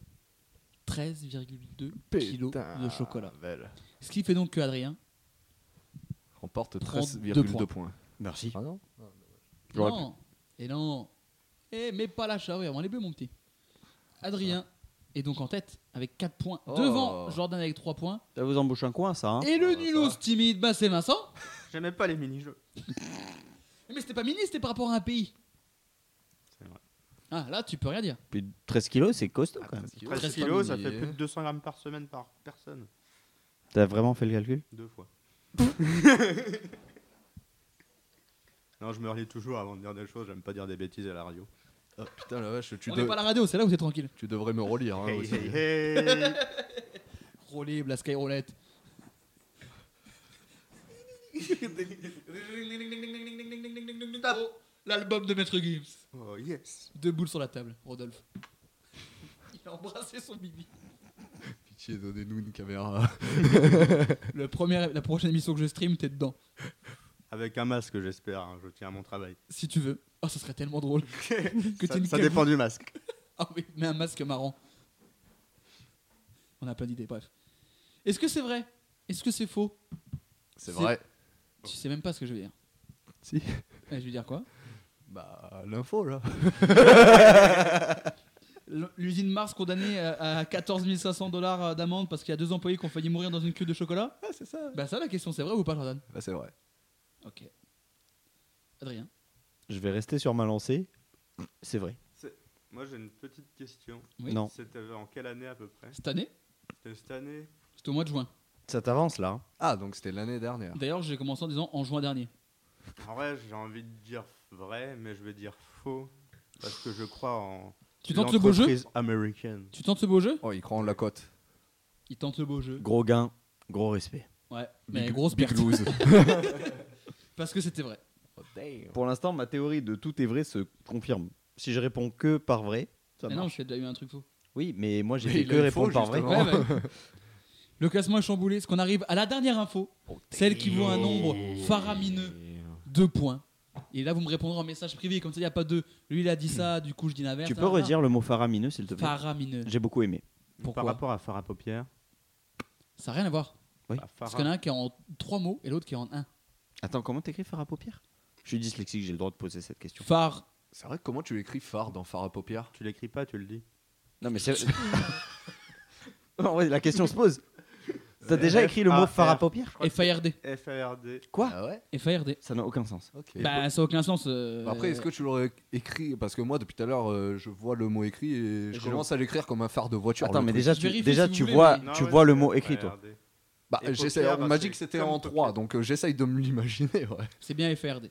13,2 kilos Putain, de chocolat. belle. Ce qui fait donc que Adrien Remporte Prends 13,2 deux points. Merci. Ah non J'aurais Non. Et non. Et mais pas la charrue, on les bleus, mon petit. Adrien est donc en tête avec 4 points. Oh. Devant Jordan avec 3 points. Ça vous embouche un coin, ça. hein Et le ça nulos va. timide, bah c'est Vincent. Eh, J'aimais pas les mini-jeux. Mais c'était pas mini, c'était par rapport à un pays. C'est vrai. Ah là, tu peux rien dire. Puis 13 kilos, c'est costaud quand même. 13 13 kilos, ça kilos, il fait est- plus de 200 grammes par semaine par personne. T'as vraiment fait le calcul Deux fois. non, je me relis toujours avant de dire des choses, j'aime pas dire des bêtises à la radio. Ah, putain, la vache, tu, on de- n'est pas à la radio, c'est là où c'est tranquille. tu devrais me relire. Ah, hein, Hey, aussi. hey, hey Rollé, la skyroulette. Oh, L'album de Maître Gims. Oh yes Deux boules sur la table, Rodolphe. Il a embrassé son bibi. Pitié, donnez-nous une caméra. Le premier, la prochaine émission que je stream, t'es dedans. Avec un masque, j'espère, hein, je tiens à mon travail. Si tu veux. Oh, ça serait tellement drôle. que t'aies Ça, une ça cavou- dépend du masque. Ah oui, mais un masque marrant. On a plein d'idées, bref. Est-ce que c'est vrai Est-ce que c'est faux C'est C'est- vrai. Tu sais même pas ce que je veux dire. Si. Eh, je veux dire quoi Bah, l'info, là. L- L'usine Mars condamnée à à 14 500 dollars euh, d'amende parce qu'il y a deux employés qui ont failli mourir dans une queue de chocolat Ah, c'est ça. Bah ça la question, c'est vrai ou pas Jordan Bah, c'est vrai. Ok. Adrien Je vais rester sur ma lancée. C'est vrai. Moi, j'ai une petite question. Oui. Non. C'était en quelle année à peu près Cette année C'était cette année C'était au mois de juin. Ça t'avance là. hein. Ah, donc c'était l'année dernière. D'ailleurs, j'ai commencé en disant en juin dernier. En vrai, j'ai envie de dire vrai, mais je vais dire faux. Parce que je crois en. Tu tentes ce beau jeu l'entreprise américaine. Tu tentes ce beau jeu Oh, il croit en la cote. Il tente le beau jeu. Gros gain, gros respect. Ouais, mais grosse perte. lose. Parce que c'était vrai. Pour l'instant, ma théorie de tout est vrai se confirme. Si je réponds que par vrai, ça Mais marche. non, j'ai déjà eu un truc faux. Oui, mais moi j'ai Mais fait il que a eu répondre faux, par vrai. justement. Ouais, ouais. Le classement est chamboulé, ce qu'on arrive à la dernière info, Oh, celle qui vaut un nombre faramineux, deux points. Et là, vous me répondrez en message privé, comme ça, il n'y a pas deux. Lui, il a dit ça, du coup, je dis l'inverse. Tu peux Ah, redire le mot faramineux s'il te ah, plaît Faramineux. J'ai beaucoup aimé. Pourquoi Par rapport à phare à paupières. Ça n'a rien à voir. Oui. bah, Parce phare qu'il y en a un qui est en trois mots et l'autre qui est en un. Attends, comment t'écris phare à paupières Je suis dyslexique, j'ai le droit de poser cette question. Phare. C'est vrai que comment tu écris phare dans phare à paupières Tu l'écris pas, tu le dis. Non mais c'est. en vrai, la question se pose. T'as déjà écrit le mot phare à paupières FARD. FARD. Quoi Ah ouais FARD. Ça n'a aucun sens. Ok. Bah, ça n'a aucun sens. euh, Après, est-ce que tu l'aurais écrit Parce que moi, depuis tout à l'heure, euh, je vois le mot écrit et je Je commence à l'écrire comme un phare de voiture. Attends, le mais truc. déjà, tu, Vérifie déjà, si vous tu voulez, vois, Non, tu ouais, vois le c'est mot écrit, toi. FARD. Bah, Et j'essaie- paupières, on m'a c'est dit que c'était comme en 3, donc euh, j'essaye de me l'imaginer. Ouais. C'est bien FARD.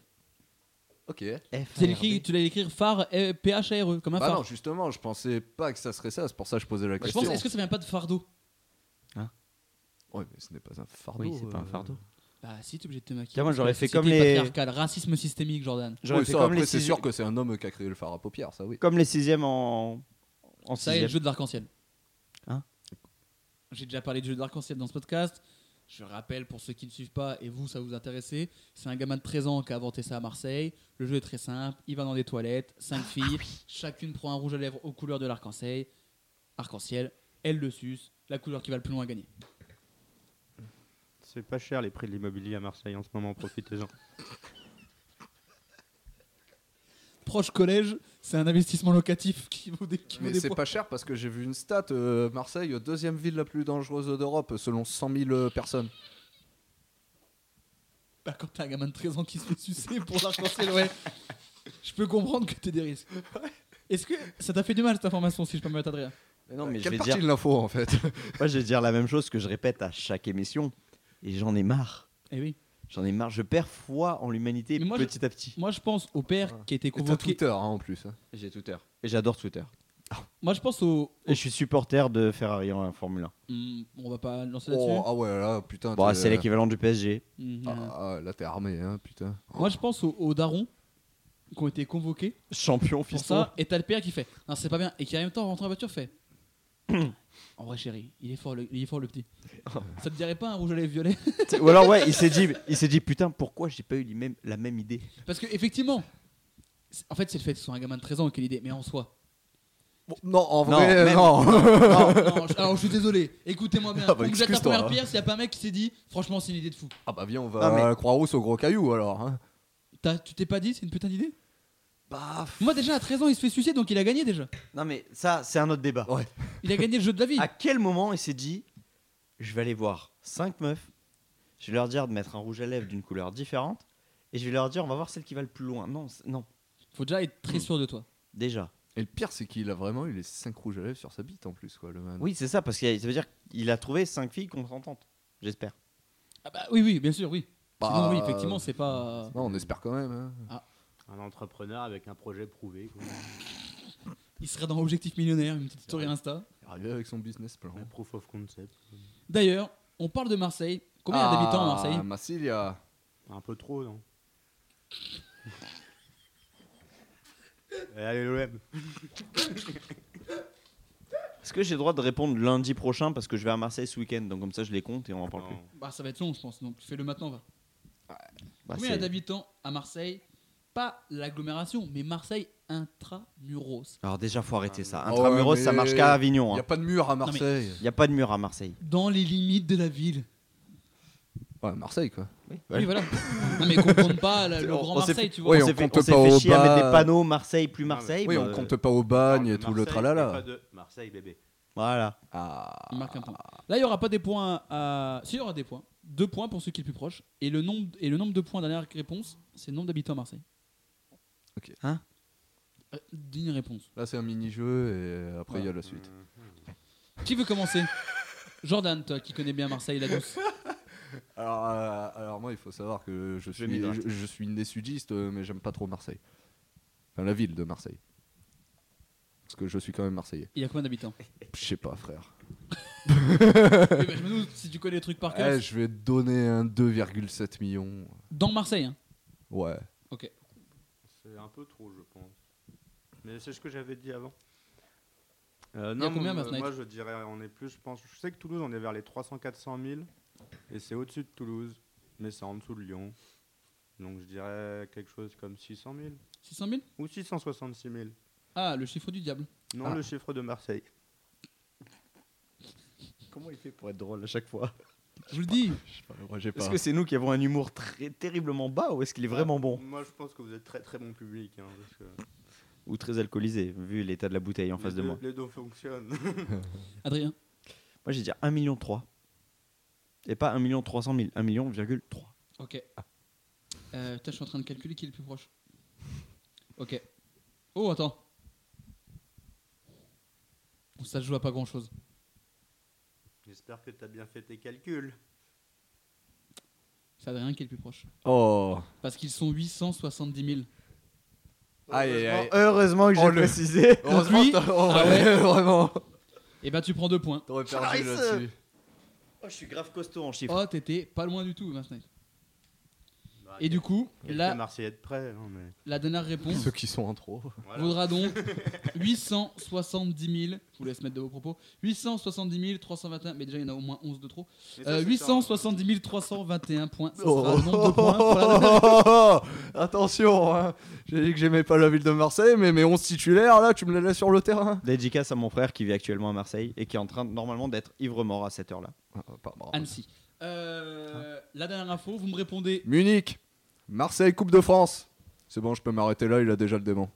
Ok. C'est l'écrit- tu l'as écrit phare, euh, P-H-A-R-E, comme un Bah phare. non, justement, je pensais pas que ça serait ça, c'est pour ça que je posais la Bah, je question. pense, est-ce que ça vient pas de fardeau Ouais, mais ce n'est pas un fardeau. Oui, c'est pas un euh. fardeau. Bah, si, t'es obligé de te maquiller. Tiens, moi, parce que j'aurais la fait société comme les- patriarcale, racisme systémique, Jordan. J'aurais Oui, fait ça, comme après, les c'est sixi- sûr que c'est un homme qui a créé le phare à paupières, ça oui. Comme les sixièmes en. En Ça et le sixième. jeu de l'arc-en-ciel. Hein J'ai déjà parlé du jeu de l'arc-en-ciel dans ce podcast. Je rappelle pour ceux qui ne suivent pas et vous, ça vous intéressez, c'est un gamin de 13 ans qui a inventé ça à Marseille. Le jeu est très simple. Il va dans des toilettes, 5 Ah, filles, chacune prend un rouge à lèvres aux couleurs de l'arc-en-ciel. Arc-en-ciel, elle le suce, la couleur qui va le plus loin à gagner. C'est pas cher les prix de l'immobilier à Marseille en ce moment, profitez-en. Proche collège, c'est un investissement locatif qui vaut des, qui vaut Mais des c'est points. pas cher parce que j'ai vu une stat euh, Marseille, deuxième ville la plus dangereuse d'Europe selon 100 000 euh, personnes. Bah, quand t'as un gamin de 13 ans qui se fait sucer pour l'arc-en-ciel, ouais. Je peux comprendre que t'aies des risques. Est-ce que ça t'a fait du mal cette information, si je peux me mettre Adrien Mais non, mais je Euh, Quelle vais, partie dire, de l'info en fait moi, je vais dire la même chose que je répète à chaque émission. Et j'en ai marre. Eh oui. J'en ai marre. Je perds foi en l'humanité Mais moi, je- petit à petit. Moi, je pense au père qui a été Et T'as convoqué. Twitter hein, en plus. hein. J'ai Twitter. Et j'adore Twitter. Oh. Moi, je pense au. Et je suis supporter de Ferrari en Formule 1. Hmm, on va pas lancer là-dessus. Oh, ah ouais, là, putain. Bon, t'es- c'est l'équivalent du PSG. Hmm, Ah, euh, ah, là, t'es armé, hein, putain. Moi, je pense aux, aux darons qui ont été convoqués Champion, pour fiston. ça. Et t'as le père qui fait Non, c'est pas bien. Et qui en même temps rentre dans la voiture fait En vrai, chérie, il est fort le, il est fort, le petit. ça te dirait pas un rouge à lèvres violet Ou alors, ouais, il s'est dit, il s'est dit putain, pourquoi j'ai pas eu les mêmes- la même idée Parce que, effectivement, c'est- en fait, c'est le fait que ce soit un gamin de 13 ans qui ait l'idée. Mais en soi. non, en Non, vrai, même- non. Non, Oh, non, je- alors, je suis désolé. Écoutez-moi bien. Ah Vous bah, me jetez la excuse-toi, première hein. pierre s'il y a pas un mec qui s'est dit Franchement, c'est une idée de fou. Ah bah viens, on va Ah, mais- à la Croix-Rousse au gros caillou alors. hein. T'as- tu t'es pas dit C'est une putain d'idée Bah, f- Moi, déjà, à 13 ans, il se fait suicider, donc il a gagné déjà. Non, mais ça, c'est un autre débat. Ouais. Il a gagné le jeu de la vie. Ah. À quel moment il s'est dit, je vais aller voir 5 meufs, je vais leur dire de mettre un rouge à lèvres d'une couleur différente, et je vais leur dire, on va voir celle qui va le plus loin. Non, c'est- non, Faut déjà être très sûr de toi. déjà. Et le pire, c'est qu'il a vraiment eu les 5 rouges à lèvres sur sa bite en plus, quoi, le man. Oui, c'est ça, parce que ça veut dire qu'il a trouvé 5 filles consentantes. J'espère. Ah bah oui, oui, bien sûr, oui. Bah, euh, Sinon, oui, effectivement, c'est pas. Non, on espère quand même. hein. Un entrepreneur avec un projet prouvé. quoi. Il serait dans Objectif Millionnaire, une petite story vrai. Insta. Arrivé avec son business plan. Un proof of concept. D'ailleurs, on parle de Marseille. Combien il y a d'habitants à Marseille Ah, Massilia. Un peu trop, non Et Allez, l'OM. Est-ce que j'ai le droit de répondre lundi prochain parce que je vais à Marseille ce week-end, donc comme ça je les compte et on en parle plus. Non. Bah, ça va être long, je pense. Donc, fais-le maintenant, va. Bah, Combien il y a c'est- d'habitants à Marseille Pas l'agglomération, mais Marseille intramuros. Alors déjà faut arrêter ça. Ah, Intramuros ouais, ça mais- marche qu'à Avignon. hein. Il Il a pas de mur à Marseille. n'y a pas de mur à Marseille. Dans les limites de la ville. Ouais, Marseille, quoi. Oui, voilà. non, mais qu'on compte pas la- le On- grand on s'est- Marseille, tu vois. oui, on on s'est fait, compte on s'est pas fait au chier à mettre bas. des panneaux Marseille plus mais- Marseille. Oui, bah, on euh, compte pas au bagne et tout le Pas tralala. de Marseille, bébé. Voilà. Ah, Il marque un point. Là, il n'y aura pas des points à. Si, il y aura des points. Deux points pour ceux qui sont le plus proche. Et le nombre, et le nombre de points dernière réponse, c'est le nombre d'habitants à Marseille. Ok. Hein Euh, Digne réponse. là, c'est un mini-jeu et après, il y a la suite. Qui veut commencer Jordan, toi qui connais bien Marseille, la douce. Alors, euh, alors moi, il faut savoir que je Je suis, m'hydrate. je, je suis né sudiste, euh, mais j'aime pas trop Marseille. Enfin, la ville de Marseille. Parce que je suis quand même marseillais. Il y a combien d'habitants Je sais pas, frère. Eh ben, Je me demande si tu connais les trucs par cœur. Eh, je vais te donner un 2,7 millions. Dans Marseille, hein. Ouais. C'est un peu trop, je pense. Mais c'est ce que j'avais dit avant. Il Euh, y a non, combien, moi, Mafnac moi, je dirais, on est plus, je pense. Je sais que Toulouse, on est vers les 300-400 000. Et c'est au-dessus de Toulouse. Mais c'est en dessous de Lyon. Donc je dirais quelque chose comme 600 000. 600 000 Ou 666 000. Ah, le chiffre du diable. Non, le chiffre de Marseille. Comment il fait pour être drôle à chaque fois Je vous le dis. Moi, j'ai Est-ce pas. que c'est nous qui avons un humour très, terriblement bas ou est-ce qu'il est vraiment bon Moi, je pense que vous êtes très très bon public. hein, parce que Ou très alcoolisé, vu l'état de la bouteille en les face de deux- moi Les deux fonctionnent. Adrien, Moi, j'ai dit 1,3 million. Et pas 1 million 300 000, 1 million, Ok. Euh, putain, je suis en train de calculer qui est le plus proche. Ok. Oh, attends. Bon, Ça se joue à pas grand chose. J'espère que tu as bien fait tes calculs. C'est Adrien qui est le plus proche. Oh. Parce qu'ils sont 870 000. Aïe, Eh, aïe, aïe. Oh, Heureusement que j'ai précisé. Heureusement, lui- t'as- oh, Ah ouais. ouais, vraiment. Et bah, tu prends deux points. T'aurais perdu Charisse. là-dessus. Oh, je suis grave costaud en chiffres. Oh, t'étais pas loin du tout, Vincent. Et du coup, la la, Marseillais de près. non, mais... la dernière réponse Ceux qui sont en trop. Voilà. vaudra donc 870 000. Je vous laisse mettre de vos propos. 870 321. Mais déjà, il y en a au moins 11 de trop. Mais ça, Euh, c'est 870 321 points. Ça Oh. sera le nombre de points pour la dernière Attention, hein. j'ai dit que j'aimais pas la ville de Marseille, mais mes 11 titulaires, là, tu me les laisses sur le terrain. Dédicace à mon frère qui vit actuellement à Marseille et qui est en train normalement d'être ivre mort à cette heure-là. Ah, pas bravo. Annecy. Euh, La dernière info, vous me répondez. Munich, Marseille, Coupe de France. C'est bon, je peux m'arrêter là, il a déjà le démon.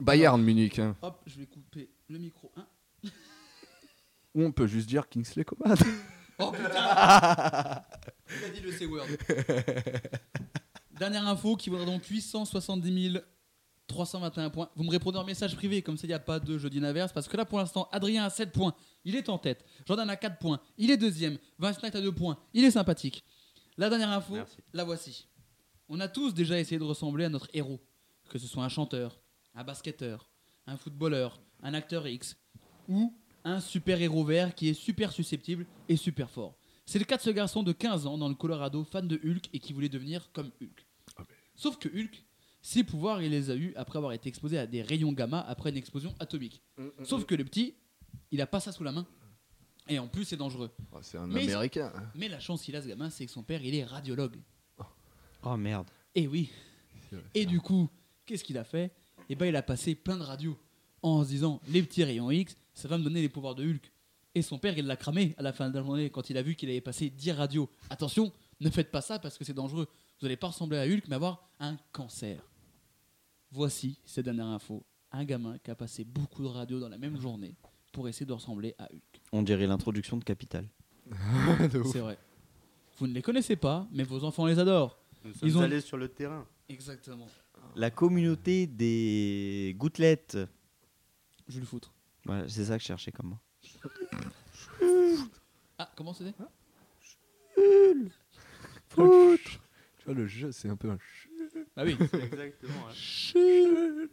Bayern, Munich. hein. Hop, je vais couper le micro. Hein Ou on peut juste dire Kingsley Coman. oh putain Il a dit le C-word. dernière info qui vaudra donc 870 321 points. Vous me répondez en message privé, comme ça il n'y a pas de jeudi inverse. Parce que là pour l'instant, Adrien a 7 points. Il est en tête. Jordan a 4 points. Il est deuxième. Vincent a 2 points. Il est sympathique. La dernière info, Merci. la voici. On a tous déjà essayé de ressembler à notre héros, que ce soit un chanteur, un basketteur, un footballeur, un acteur X, ou un super-héros vert qui est super susceptible et super fort. C'est le cas de ce garçon de 15 ans dans le Colorado, fan de Hulk et qui voulait devenir comme Hulk. Sauf que Hulk, ses pouvoirs, il les a eus après avoir été exposé à des rayons gamma après une explosion atomique. Oh, Sauf que le petit, il a pas ça sous la main. Et en plus, c'est dangereux. Oh, c'est un Mais- américain. hein. Mais la chance qu'il a ce gamin, c'est que son père, il est radiologue. Oh merde. Et Eh oui. vrai. Et du coup, qu'est-ce qu'il a fait Eh ben, il a passé plein de radios en se disant les petits rayons X, ça va me donner les pouvoirs de Hulk. Et son père, il l'a cramé à la fin de la journée quand il a vu qu'il avait passé 10 radios. Attention, ne faites pas ça parce que c'est dangereux. Vous n'allez pas ressembler à Hulk, mais avoir un cancer. Voici cette dernière info. Un gamin qui a passé beaucoup de radios dans la même journée pour essayer de ressembler à Hulk. On dirait l'introduction de Capital. De ouf. C'est vrai. Vous ne les connaissez pas, mais vos enfants les adorent. Nous sommes Ils ont- allés sur le terrain. Exactement. La communauté des gouttelettes. Je le foutre. Voilà, c'est ça que je cherchais comme mot. Ah, comment c'était Hein Tu vois, le jeu, c'est un peu un ch- Ah oui. Exactement. hein.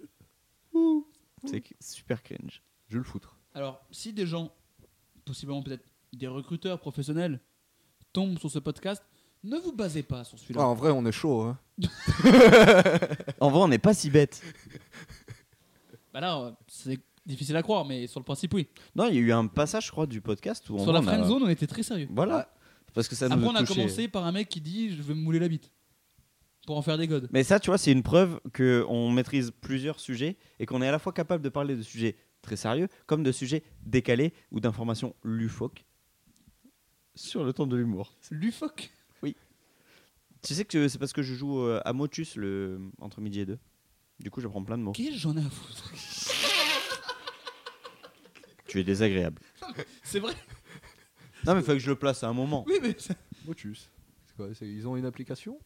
C'est que- super cringe. Je vais le foutre. Alors, si des gens, possiblement peut-être des recruteurs professionnels, tombent sur ce podcast, ne vous basez pas sur Ah, Oh. celui-là. en vrai, on est chaud. hein. En vrai, on n'est pas si bête. Bah là, euh, c'est difficile à croire, mais sur le principe, oui. Non, il y a eu un passage, je crois, du podcast où on sur la en a- friend zone, on était très sérieux. Voilà. Parce que euh, ça Après, nous on a touchait. commencé par un mec qui dit Je vais me mouler la bite. Pour en faire des godes. Mais ça, tu vois, c'est une preuve qu'on maîtrise plusieurs sujets et qu'on est à la fois capable de parler de sujets très sérieux comme de sujets décalés ou d'informations lufoques. sur le temps de l'humour. Lufoc. Tu sais que c'est parce que je joue euh, à Motus le... entre midi et deux. Du coup, j'apprends plein de mots. Qu'est-ce que j'en ai à foutre Tu es désagréable. C'est vrai Non, mais il faut que je le place à un moment. Oui, mais ça- Motus. C'est quoi, c'est- Ils ont une application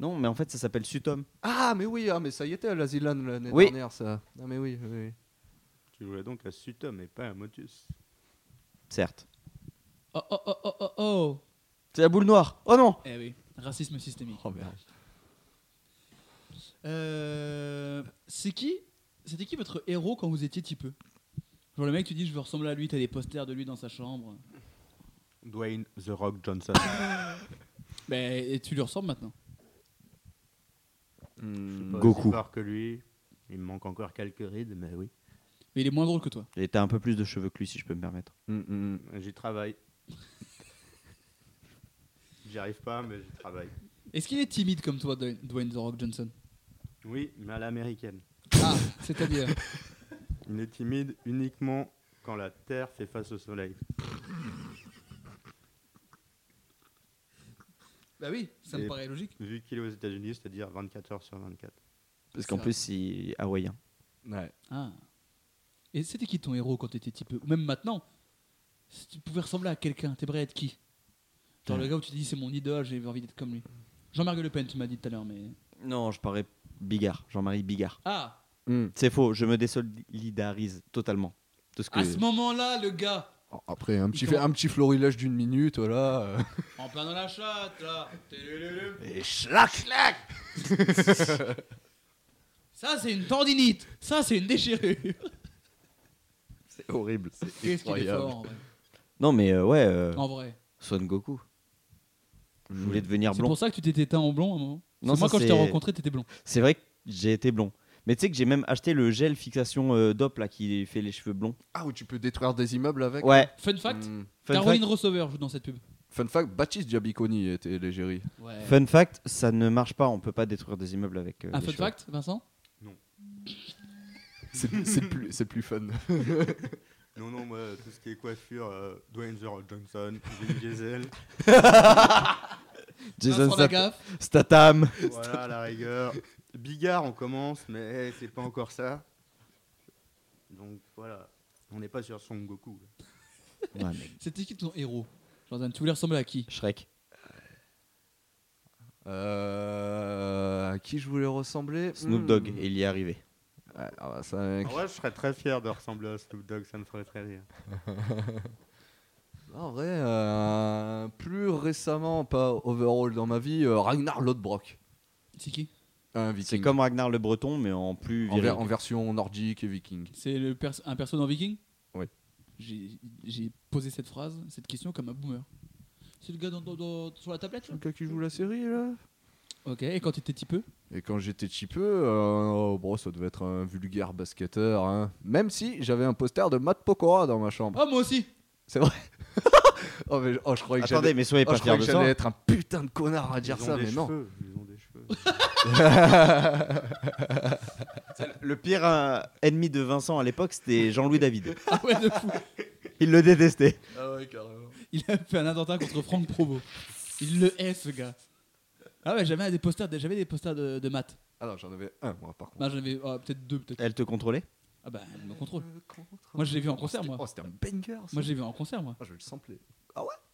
Non, mais en fait, ça s'appelle Sutom. Ah, mais oui, ah, mais ça y était à la Zilane l'année Oui. dernière, ça. Ah, mais oui, oui. oui. Tu jouais donc à Sutom et pas à Motus. Certes. Oh, oh, oh, oh, oh, oh. C'est la boule noire. Oh non Eh oui, racisme systémique. Oh merde. Euh, c'est qui C'était qui votre héros quand vous étiez petit peu Genre le mec, tu dis je veux ressembler à lui, t'as des posters de lui dans sa chambre. Dwayne The Rock Johnson. Mais Bah, et tu lui ressembles maintenant. Je suis pas aussi Goku. fort que lui. Il me manque encore quelques rides, mais oui. Mais il est moins drôle que toi. Et t'as un peu plus de cheveux que lui, si je peux me permettre. J'y travaille. J'y arrive pas, mais j'y travaille. Est-ce qu'il est timide comme toi, Dwayne Dwayne The Rock Johnson Oui, mais à l'américaine. Ah, c'est-à-dire Il est timide uniquement quand la Terre fait face au Soleil. Bah oui, ça me Et- paraît logique. Vu qu'il est aux États-Unis, c'est-à-dire 24 heures sur 24. Parce C'est qu'en ça. plus, il est hawaïen. Ouais. Ah. Et c'était qui ton héros quand t'étais petit peu Ou même maintenant Si tu pouvais ressembler à quelqu'un, t'es prêt à être qui Genre le gars où tu te dis c'est mon idole, j'ai envie d'être comme lui. Jean-Marc Le Pen, tu m'as dit tout à l'heure, mais. Non, je parais Bigard. Jean-Marie Bigard. Ah C'est faux, je me désolidarise totalement de ce que. À ce moment-là, le gars Alors, Après, un petit, Il commence- un petit florilège d'une minute, voilà. euh. En plein dans la chatte, là. Télélélé. Et schlac, schlac Ça, c'est une tendinite. Ça, c'est une déchirure. C'est horrible. Qu'est-ce qu'il est incroyable. fort, en vrai. Non, mais euh, ouais, euh, En vrai. Son Goku. Je voulais devenir C'est blond. pour ça que tu t'étais teint en blond à un moment. Parce Non, que moi, ça, quand je t'ai c'est- rencontré, t'étais blond. C'est vrai que j'ai été blond. Mais tu sais que j'ai même acheté le gel fixation euh, DOP là qui fait les cheveux blonds. Ah, où tu peux détruire des immeubles avec Ouais. Fun fact Hmm. Fun Caroline fact, Receveur joue dans cette pub. Fun fact, Baptiste Diabiconi était l'égérie. Ouais. fun fact, ça ne marche pas. On peut pas détruire des immeubles avec. euh, Un les Ah, fun cheveux. fact, Vincent C'est c'est plus, c'est plus fun. Non, non, moi, tout ce qui est coiffure, euh, Dwayne The Rock Johnson, Vin Diesel, Jason Vincent Stat- Lagaffe. Statham. voilà, à la rigueur. Bigard, on commence, mais hey, c'est pas encore ça. Donc voilà, on n'est pas sur Son Goku. Ouais, mais C'était qui ton héros Jordan, tu voulais ressembler à qui Shrek. Euh, à qui je voulais ressembler Snoop Dogg. Hmm. Et il y est arrivé. Ouais, ah bah, ça, mec. En vrai, je serais très fier de ressembler à Snoop Dogg, ça me ferait très rire. En vrai, euh, plus récemment, pas overall dans ma vie, euh, Ragnar Lodbrok. C'est qui Un viking. C'est comme Ragnar le Breton, mais en plus en, ver- viril. en version nordique et viking. C'est le pers- un perso dans Viking Oui. J'ai j'ai posé cette phrase, cette question comme un boomer. C'est le gars dans- dans- dans- sur la tablette là Le gars qui joue la série, là Ok, et quand t'étais petit peu Mm. Et quand j'étais chipeux, euh, bon, ça devait être un vulgaire basketteur. hein. Même si j'avais un poster de Matt Pokora dans ma chambre. Oh, moi aussi C'est vrai oh, mais, oh, je croyais que Attendez, j'allais mais soyez oh, pas je fiers croyais de que ça. j'allais être un putain de connard à dire Ils ont ça, des mais non. cheveux, Ils ont des cheveux. Le pire euh, ennemi de Vincent à l'époque, c'était Jean-Louis David. Ah ouais, de fou Il le détestait. Ah ouais, carrément. Il a fait un attentat contre Franck Provost. Il le hait, ce gars. Ah ouais, j'avais des posters, de- j'avais des posters de, de maths. Ah non, j'en avais un, moi, par contre. Non, j'en avais ah, peut-être deux, peut-être. Elle te contrôlait Ah bah, elle me contrôle. Moi, je l'ai vu en concert, moi. Oh, c'était un banger, ça. Moi, j'ai vu en concert, moi. Ah, je le samplais.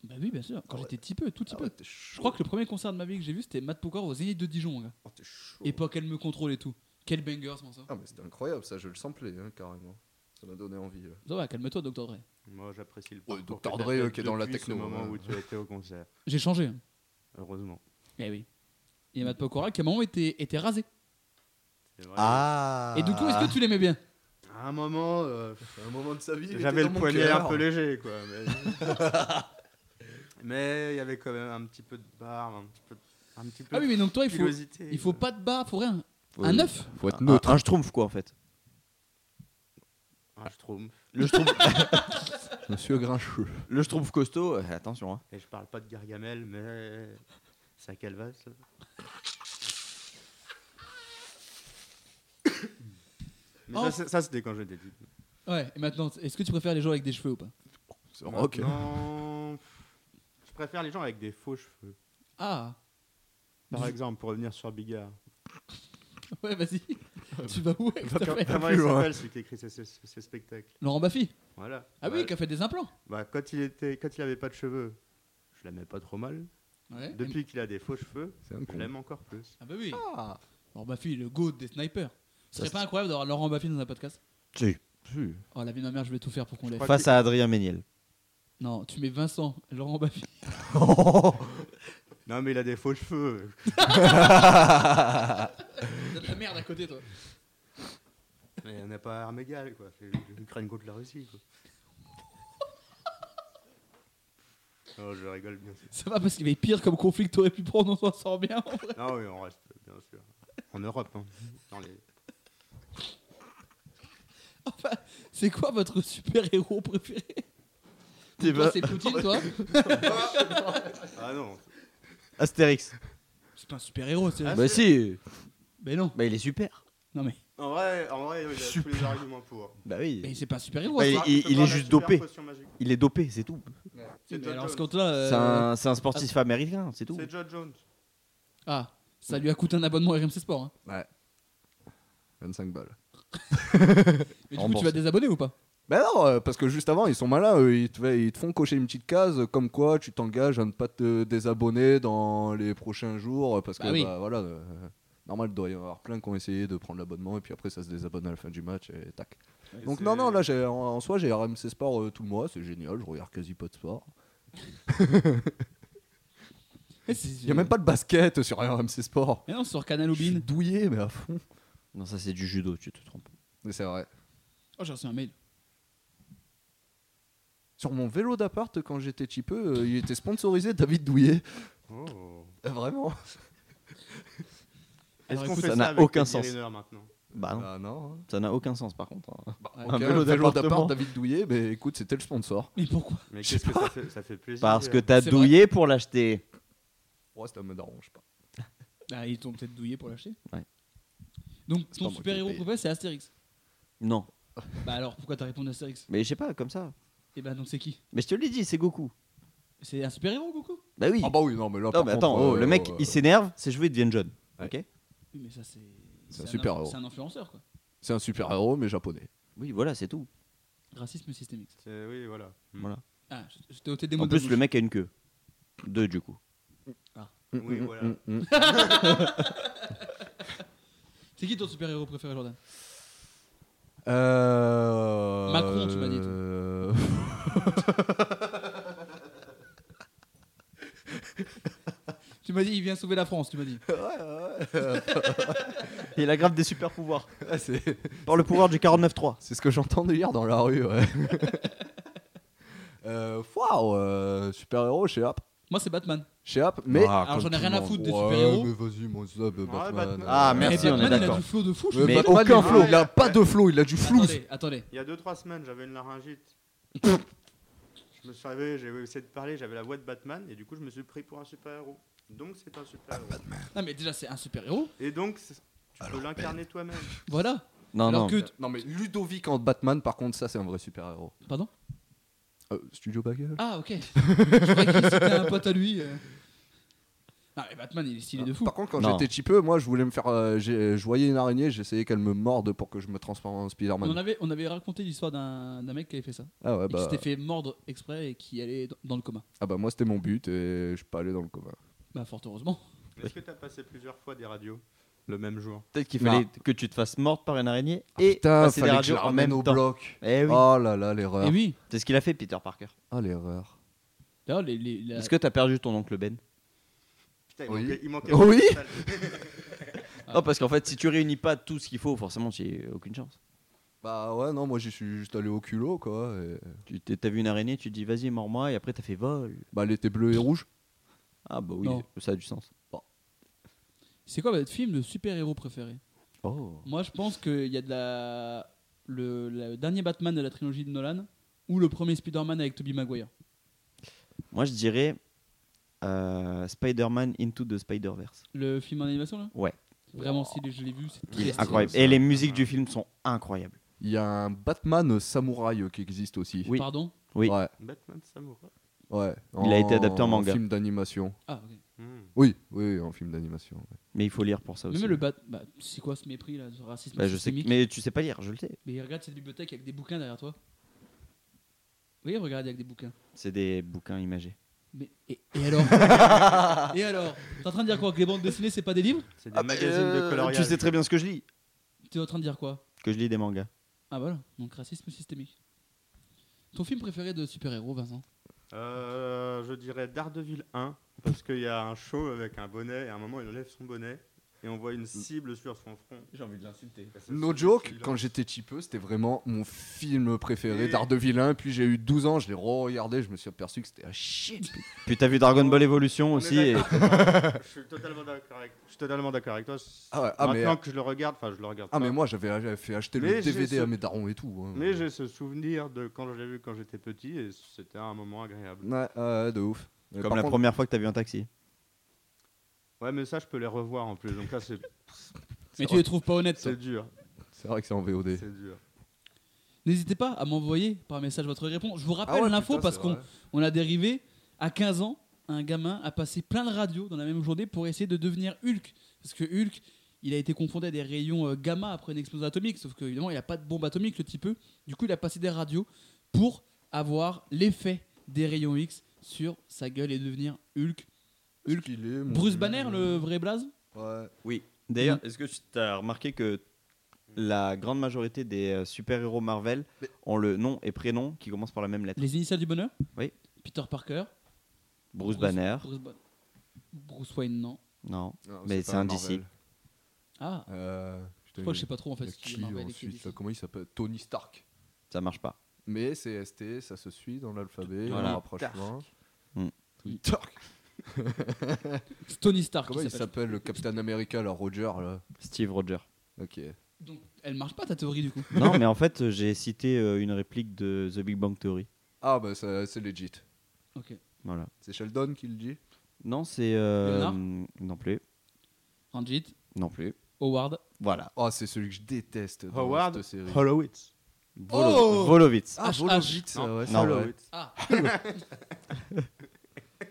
Bah oui, bien sûr. Quand Ah ouais. j'étais petit peu, tout petit Ah ouais, peu. t'es Je chaud. crois que le premier concert de ma vie que j'ai vu, c'était Matt Pokor au Zénith de Dijon, mon gars. Oh, t'es chaud. Époque, elle me contrôle et tout. Quel banger, ce morceau. Ah, mais c'était incroyable, ça, je le samplais, hein, carrément. Ça m'a donné envie. euh. Ça va, calme-toi, Dr. Dre. Moi, j'apprécie le Ouais, Dr. parcours que t'as Dre, euh, fait qui est dans la depuis techno, ce moment hein. où tu as été au concert. J'ai changé. hein. Heureusement. Eh oui. Et Matt Pokora, qui à un moment était, était rasé. C'est vrai. Ah Et du coup, est-ce que tu l'aimais bien À un moment, euh, un moment de sa vie. il j'avais était le dans mon poignet cœur. un peu léger, quoi. Mais mais il y avait quand même un petit peu de barbe, un petit peu, un petit peu Ah oui, mais donc toi, de il faut, pilosité. euh. il faut pas de bas, faut rien. Faut- Un œuf Faut être Un- neutre. Un, schtroumpf, quoi, en fait. Un schtroumpf. Le schtroumpf, Ah, Monsieur Grincheux. le schtroumpf costaud, euh, attention. hein. Et je parle pas de Gargamel, mais ça calvasse. Mais Oh. ça, c'est- ça, c'était quand j'étais petit. hein. Ouais, et maintenant, est-ce que tu préfères les gens avec des cheveux ou pas C'est rock. Maintenant, Je préfère les gens avec des faux cheveux. Mmh. Ah Par Du- exemple, pour revenir sur Bigard. Ouais, vas-y. tu vas où avec ta Comment fête comment il s'appelle celui qui écrit ses, ses- ses spectacles Laurent Baffy Voilà. Ah oui, Ouais. qui a fait des implants. Bah, quand il était, quand il avait pas de cheveux, je l'aimais pas trop mal. Ouais. Depuis qu'il a des faux cheveux, C'est un je con. l'aime encore plus. Ah bah oui. Laurent Baffy, le goat des snipers. Ce serait pas incroyable d'avoir Laurent Baffy dans un podcast Oh, la vie de ma mère, je vais tout faire pour qu'on l'ait. crois Face à Adrien Méniel. Non, tu mets Vincent, Laurent Baffy. Non, mais il a des faux cheveux. T'as de la merde à côté, toi. Mais on n'est pas armes égales, quoi. C'est l'Ukraine contre la Russie, quoi. Oh, je rigole, bien sûr. Ça va parce qu'il y avait pire comme conflit que t'aurais pu prendre, on s'en sort bien. en vrai. Non, oui, on reste, bien sûr. En Europe, hein. Dans les- Enfin, c'est quoi votre super-héros préféré Eh T'es Toi, ben- pas- c'est Poutine, toi Ah non, Astérix. C'est pas un super-héros, Ah, Ah, c'est Bah si. Mais non. Bah il est super. Non, mais, en vrai, en vrai, il a tous les arguments pour. Bah mais oui. c'est pas un super-héros. Bah, ça. il- Ah, je peux il boire est la juste super dopé. potion magique. Il est dopé, c'est tout. C'est Mais John alors, ce Jones. compte-là. C'est euh, un, c'est un sportif américain, c'est tout. C'est John Jones. Ah, ça lui a coûté un abonnement à RMC Sport. hein. Ouais. 25 balles. Mais du coup, Rembourse. tu vas désabonner ou pas Ben non, euh, parce que juste avant, ils sont malins, eux, ils, te, ils te font cocher une petite case euh, comme quoi tu t'engages à ne pas te désabonner dans les prochains jours, euh, parce que Bah oui. bah, voilà, euh, normal, il doit y en avoir plein qui ont essayé de prendre l'abonnement, et puis après ça se désabonne à la fin du match, et tac. Et Donc c'est- non, non, là, j'ai- en, en soi, j'ai RMC Sport euh, tout le mois, c'est génial, je regarde quasi pas de sport. Il n'y a même pas de basket sur RMC Sport. Mais non, sur Canal Je suis Obin. douillé, mais à fond. Non, ça c'est du judo, tu te trompes. Mais c'est vrai. Oh, j'ai reçu un mail. Sur mon vélo d'appart, quand j'étais petit peu, euh, il était sponsorisé David Douillet. Oh. Euh, Vraiment Alors, Est-ce qu'on écoute, fait ça ça n'a avec aucun Teddy sens. Riner maintenant Bah non. Ah non. hein. Ça n'a aucun sens par contre. hein. Ouais. Ok, vélo d'appartement. David Douillet, mais écoute, c'était le sponsor. Mais pourquoi Mais qu'est-ce que ça fait, ça fait plaisir. Parce que t'as C'est douillé pour l'acheter. Ouais, ça me dérange pas. Ah, Ils t'ont peut-être douillé pour l'acheter. Ouais. Donc, C'est pas ton moi qui l'ai super-héros payé. préféré, c'est Astérix. Non. Bah alors, pourquoi t'as répondu Astérix Mais je sais pas, comme ça. Et bah, donc c'est qui Mais je te l'ai dit, c'est Goku. C'est un super-héros, Goku Bah oui. Ah bah oui, non, mais là, non, par mais contre, attends, oh, euh, le mec euh, il s'énerve, ses cheveux ils deviennent jaunes. Ouais. Ok Oui, mais ça, c'est. C'est un inf- super-héros. C'est un influenceur, quoi. C'est un super héros, mais japonais. Oui, voilà, c'est tout. Racisme systémique. C'est- Oui, voilà. Mm. Voilà. Ah, je- je t'ai ôté des mots En de la plus, le bouche. mec a une queue. Deux du coup. Mm, Oui, voilà. Mm, C'est qui ton super-héros préféré, Jordan Euh... Macron, tu m'as dit, toi. euh, Tu m'as dit, il vient sauver la France, tu m'as dit. Il a grave des super pouvoirs. ah, c'est Par le pouvoir du 49-3. c'est ce que j'entendais hier dans la rue, ouais. euh, wow, euh, super héros chez App. Moi, c'est Batman. Chez App, mais... Alors, j'en ai rien à foutre des Ouais, super-héros. mais vas-y, mon sub, Batman. Batman. Ah, euh, merci, Et on est Batman, Il a d'accord. du flow de fou, je Mais, Mais Batman, aucun il- flow. Il a pas de flow, il a du flou. Attendez, attendez. Il y a 2-3 semaines, j'avais une laryngite. je me suis réveillé, j'ai essayé de parler, j'avais la voix de Batman, et du coup, je me suis pris pour un super-héros. Donc, c'est un super-héros. Non, mais déjà, c'est un super-héros. Et donc, c'est- tu peux ben. l'incarner toi-même. Voilà. Non, Alors non. que. t- Non mais Ludovic en Batman, par contre, ça c'est un vrai super héros. Pardon Euh, Studio Bagel. Ah, ok. je croyais que c'était un pote à lui. euh. Non, mais Batman, il est Ah, stylé de fou. Par contre, quand Non. j'étais petit peu, moi, je voulais me faire. euh, j'ai- je voyais une araignée, j'essayais qu'elle me morde pour que je me transforme en On Spider-Man. avait, on avait raconté l'histoire d'un d'un mec qui avait fait ça. Ah ouais, et qui bah, s'était fait mordre exprès et qui allait dans, dans le coma. ah bah moi c'était mon but et je suis pas allé dans le coma. Bah, fort heureusement. Est-ce que t'as passé plusieurs fois des radios le même jour Peut-être qu'il Non. fallait que tu te fasses mordre par une araignée et Ah, Putain, passer des fallait que je radios la en ramène même au temps. bloc. Eh oui. Oh là là, l'erreur. Et oui. C'est ce qu'il a fait, Peter Parker. Ah l'erreur. D'ailleurs, les, les- la- Est-ce que t'as perdu ton oncle Ben Putain, il Oui. manquait. Il manquait Oui. pas de salle. Ah. Oh, parce qu'en fait, si tu réunis pas tout ce qu'il faut, forcément, tu as aucune chance. Bah ouais, non, moi j'y suis juste allé au culot quoi. et- Tu t'es- t'as vu une araignée, tu te dis vas-y, mords-moi, et après t'as fait vol. Bah elle était bleue et rouge. Ah bah oui, Non. ça a du sens. C'est quoi votre film de super-héros préféré Oh. Moi, je pense qu'il y a de la. Le, le dernier Batman de la trilogie de Nolan ou le premier Spider-Man avec Tobey Maguire. Moi, je dirais euh, Spider-Man Into the Spider-Verse. Le film en animation, là Ouais. Vraiment stylé, je l'ai vu. C'est Il très est stylé. incroyable. ça. Et les musiques du film sont incroyables. Il y a un Batman samouraï euh, qui existe aussi. Oui. Pardon Oui. Ouais. Batman Samouraï. Ouais. Il a été adapté en manga. film d'animation. Ah, ok. Hmm. Oui, oui, en film d'animation. ouais. Mais il faut lire pour ça Mais aussi. Même le bat. Bah, c'est quoi ce mépris là, ce racisme Bah, je sais, systémique mais tu sais pas lire, je le sais. Mais il regarde cette bibliothèque avec des bouquins derrière toi. Oui, regarde avec des bouquins. C'est des bouquins imagés. Mais et, et alors Et alors T'es en train de dire quoi Que les bandes dessinées, c'est pas des livres C'est des Ah, ben, magazines euh, de coloriage. Euh, tu sais très bien ce que je lis. T'es en train de dire quoi Que je lis des mangas. Ah voilà, donc racisme systémique. Ton film préféré de super-héros, Vincent Euh, je dirais Daredevil 1, parce qu'il y a un show avec un bonnet, et à un moment, il enlève son bonnet, et on voit une cible sur son front. J'ai envie de l'insulter. No joke, quand j'étais peu c'était vraiment mon film préféré, Et- Daredevil 1. Puis j'ai eu 12 ans, je l'ai re-regardé, je me suis aperçu que c'était un shit. Puis t'as vu Dragon Ball Evolution On est aussi. Et... d'accord. Je suis totalement d'accord avec- je suis totalement d'accord avec toi. Ah ouais, ah, mais- Maintenant que je le regarde, enfin, je le regarde Ah, pas. mais moi j'avais j'avais fait acheter Mais le j'ai DVD ce- à mes darons et tout. hein. Mais j'ai ce souvenir de quand je l'ai vu quand j'étais petit, et c'était un moment agréable. Ouais, ouais, de ouf. Mais Comme par la contre- première fois que t'as vu un taxi. Ouais, mais ça, je peux les revoir en plus, donc là, c'est Mais tu les trouves pas honnêtes. toi. c'est dur. C'est vrai que c'est en VOD. C'est dur. N'hésitez pas à m'envoyer par message votre réponse. Je vous rappelle Ah ouais, l'info putain, parce c'est qu'on vrai. on a dérivé à 15 ans. Un gamin a passé plein de radios dans la même journée pour essayer de devenir Hulk. Parce que Hulk, il a été confondu à des rayons euh, gamma après une explosion atomique. Sauf qu'évidemment, il n'a pas de bombe atomique, le petit peu. Du coup, il a passé des radios pour avoir l'effet des rayons X sur sa gueule et devenir Hulk. Hulk. Hulk, il est, mon Bruce Dieu. Banner, le vrai blaze Ouais. Oui. D'ailleurs, est-ce que tu as remarqué que la grande majorité des euh, super-héros Marvel Mais- ont le nom et prénom qui commencent par la même lettre Les initiales du bonheur Oui. Peter Parker. Bruce, Banner. Bruce, Ba- Bruce Wayne, non. Non. Non, Mais c'est pas un Marvel. DC. Ah, Euh, je putain, crois que il- je sais pas trop en il fait. y a ce qui est qui Marvel et qui est ensuite, DC. euh, Comment il s'appelle Tony Stark. Ça marche pas. Mais c'est ST, ça se suit dans l'alphabet, Voilà. le rapprochement. Hmm. Tony Stark. C'est Tony Stark. Comment qui il s'appelle le Captain America, là, Roger, là Steve Rogers. Ok. Donc, elle marche pas ta théorie du coup. non, mais en fait, euh, j'ai cité euh, une réplique de The Big Bang Theory. Ah, bah, ça- c'est legit. Ok. Voilà. C'est Sheldon qui le dit Non, c'est. euh, Léonard non plus. Ranjit, Non plus. Howard. Voilà. Oh, c'est celui que je déteste dans Howard cette série. Horowitz. Volo- Oh Volovitz. Ah, HH. Volovitz, Non, ouais, non, ça, ouais. Horowitz. Ah,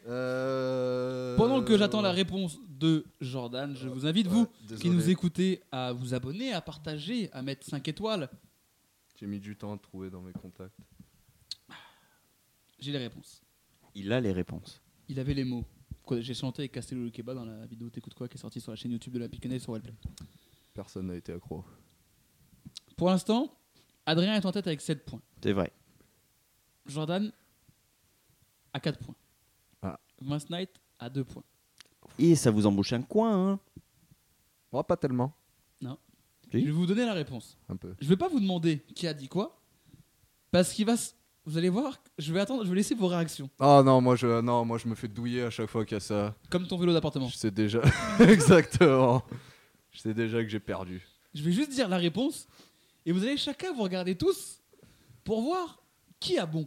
Euh, pendant que j'attends la réponse de Jordan, je vous invite, Ouais, vous qui désolé, nous écoutez, à vous abonner, à partager, à mettre 5 étoiles. J'ai mis du temps à trouver dans mes contacts. J'ai les réponses. Il a les réponses. Il avait les mots. Quoi, J'ai chanté avec Castello le Keba dans la vidéo T'écoutes quoi qui est sortie sur la chaîne YouTube de la Picanée sur Wellplay. Personne n'a été accro. Pour l'instant, Adrien est en tête avec 7 points. C'est vrai. Jordan à 4 points. Ah. Vince Knight à 2 points. Et ça vous embouche un coin, hein Oh, pas tellement. Oui. Je vais vous donner la réponse. Un peu. Je vais pas vous demander qui a dit quoi, parce qu'il va. s- Vous allez voir, je vais attendre, je vais laisser vos réactions. Ah non, moi je, non, moi je me fais douiller à chaque fois qu'il y a ça. Comme ton vélo d'appartement. Je sais déjà. Exactement. Je sais déjà que j'ai perdu. Je vais juste dire la réponse, et vous allez chacun vous regarder tous pour voir qui a bon.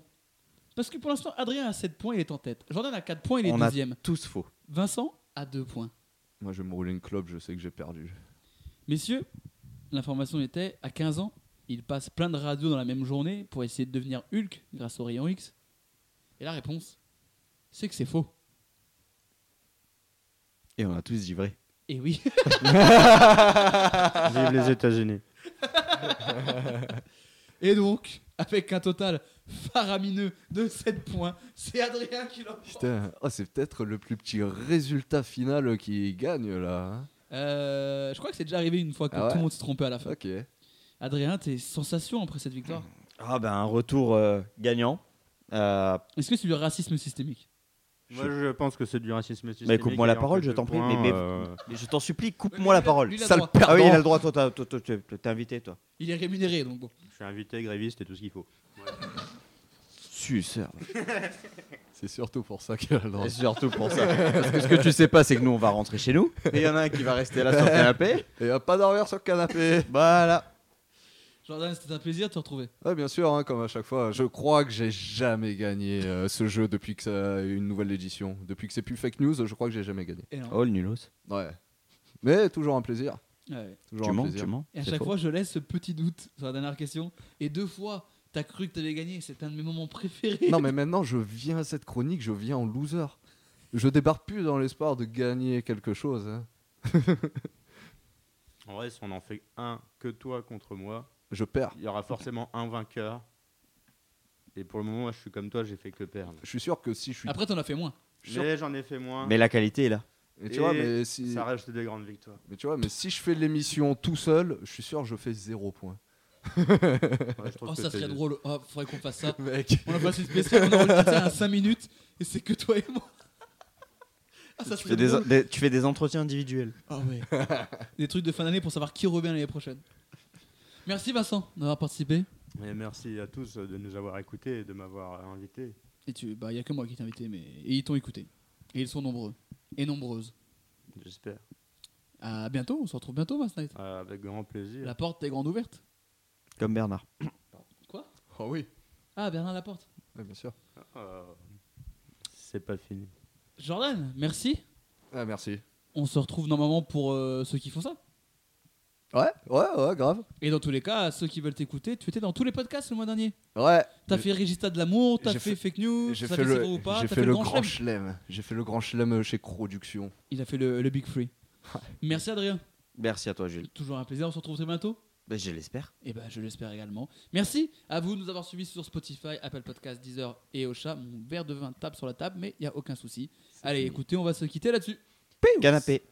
Parce que pour l'instant, Adrien a 7 points, il est en tête. Jordan a 4 points, il est On a deuxième. tous faux. Vincent a 2 points. Moi je vais me rouler une clope, je sais que j'ai perdu. Messieurs, l'information était à 15 ans, il passe plein de radios dans la même journée pour essayer de devenir Hulk grâce au rayon X. Et la réponse, c'est que c'est faux. Et on a tous dit vrai. Et oui. Vive les États-Unis. Et donc, avec un total faramineux de 7 points, c'est Adrien qui l'emporte. Putain, oh, c'est peut-être le plus petit résultat final qui gagne là. hein. Euh, je crois que c'est déjà arrivé une fois que Ah ouais tout le monde s'est trompé à la fin. Ok. Adrien, tes sensations après cette victoire Ah ben, un retour euh, gagnant. Euh, Est-ce que c'est du racisme systémique Moi, je pense que c'est du racisme systémique. coupe-moi la et en parole, fait, je de t'en prie, points, mais- mais- euh, mais je t'en supplie, Oui, coupe-moi mais la lui, parole. lui, il a le Sale droit. perdant. Ah oui, il a le droit, toi, t'as- toi, toi, t'es t'es invité, toi. Il est rémunéré, donc bon. Je suis invité, gréviste et tout ce qu'il faut. Suceur. C'est surtout pour ça qu'elle a le droit. C'est surtout pour ça. Parce que ce que tu sais pas, c'est que nous, on va rentrer chez nous. Et il y en a un qui va rester là sur le canapé. Et à pas dormir sur le canapé. Voilà. Jordan, c'était un plaisir de te retrouver. Ouais, bien sûr, hein, comme à chaque fois. Je crois que j'ai jamais gagné euh, ce jeu depuis que ça a eu une nouvelle édition. Depuis que c'est plus fake news, je crois que j'ai jamais gagné. Et, non. Oh, le nulos. Ouais. Mais toujours un plaisir. Ouais. Toujours Tu un mens, plaisir. tu mens. Et à C'est chaque faux. fois, je laisse ce petit doute sur la dernière question. Et deux fois, T'as cru que t'avais gagné, c'est un de mes moments préférés. Non, mais maintenant, je viens à cette chronique, je viens en loser. Je débarque plus dans l'espoir de gagner quelque chose. hein. En vrai, si on en fait un que toi contre moi, Je perds. il y aura forcément un vainqueur. Et pour le moment, moi, je suis comme toi, j'ai fait que perdre. Je suis sûr que si je suis. Après, t'en as fait moins. Sure. Mais j'en ai fait moins. Mais la qualité est là. Et tu vois, Et mais si, Ça reste des grandes victoires. mais tu vois, mais si je fais l'émission tout seul, je suis sûr que je fais zéro point. Ouais, je trouve Oh, que ça t'es- serait drôle. Oh, faudrait qu'on fasse ça. Mec. On a passé spécial, on a enregistré ça à 5 minutes et c'est que toi et moi. Ah, ça Tu serait fais, des, drôle. des- tu fais des entretiens individuels. Ah ouais. des trucs de fin d'année pour savoir qui revient l'année prochaine. Merci Vincent d'avoir participé. Mais merci à tous de nous avoir écoutés et de m'avoir invité. Et tu, bah, y a que moi qui t'ai invité, mais et ils t'ont écouté. Et ils sont nombreux et nombreuses. J'espère. À bientôt, on se retrouve bientôt, Vincent. Knight. Euh, avec grand plaisir. La porte est grande ouverte. Comme Bernard. Quoi Oh oui, Ah, Bernard la porte. Ouais, bien sûr. Euh, C'est pas fini. Jordan, merci. Ah, merci. On se retrouve normalement pour euh, ceux qui font ça. Ouais, ouais, ouais, grave. Et dans tous les cas, ceux qui veulent t'écouter, tu étais dans tous les podcasts le mois dernier. Ouais. T'as Mais- fait Regista de l'amour, t'as J'ai fait, fait- Fake News, J'ai t'as fait C'est vrai le, ou pas, j'ai t'as fait le grand Chelem. chelem. J'ai fait le grand chelem chez Production. Il a fait le, le Big Free. Merci Adrien. Merci à toi, Jules. Toujours un plaisir, on se retrouve très bientôt. Ben, je l'espère. Et ben, je l'espère également. Merci à vous de nous avoir suivis sur Spotify, Apple Podcasts, Deezer et Ocha. Mon verre de vin tape sur la table, mais il n'y a aucun souci. Allez, écoutez, on va se quitter là-dessus. Canapé.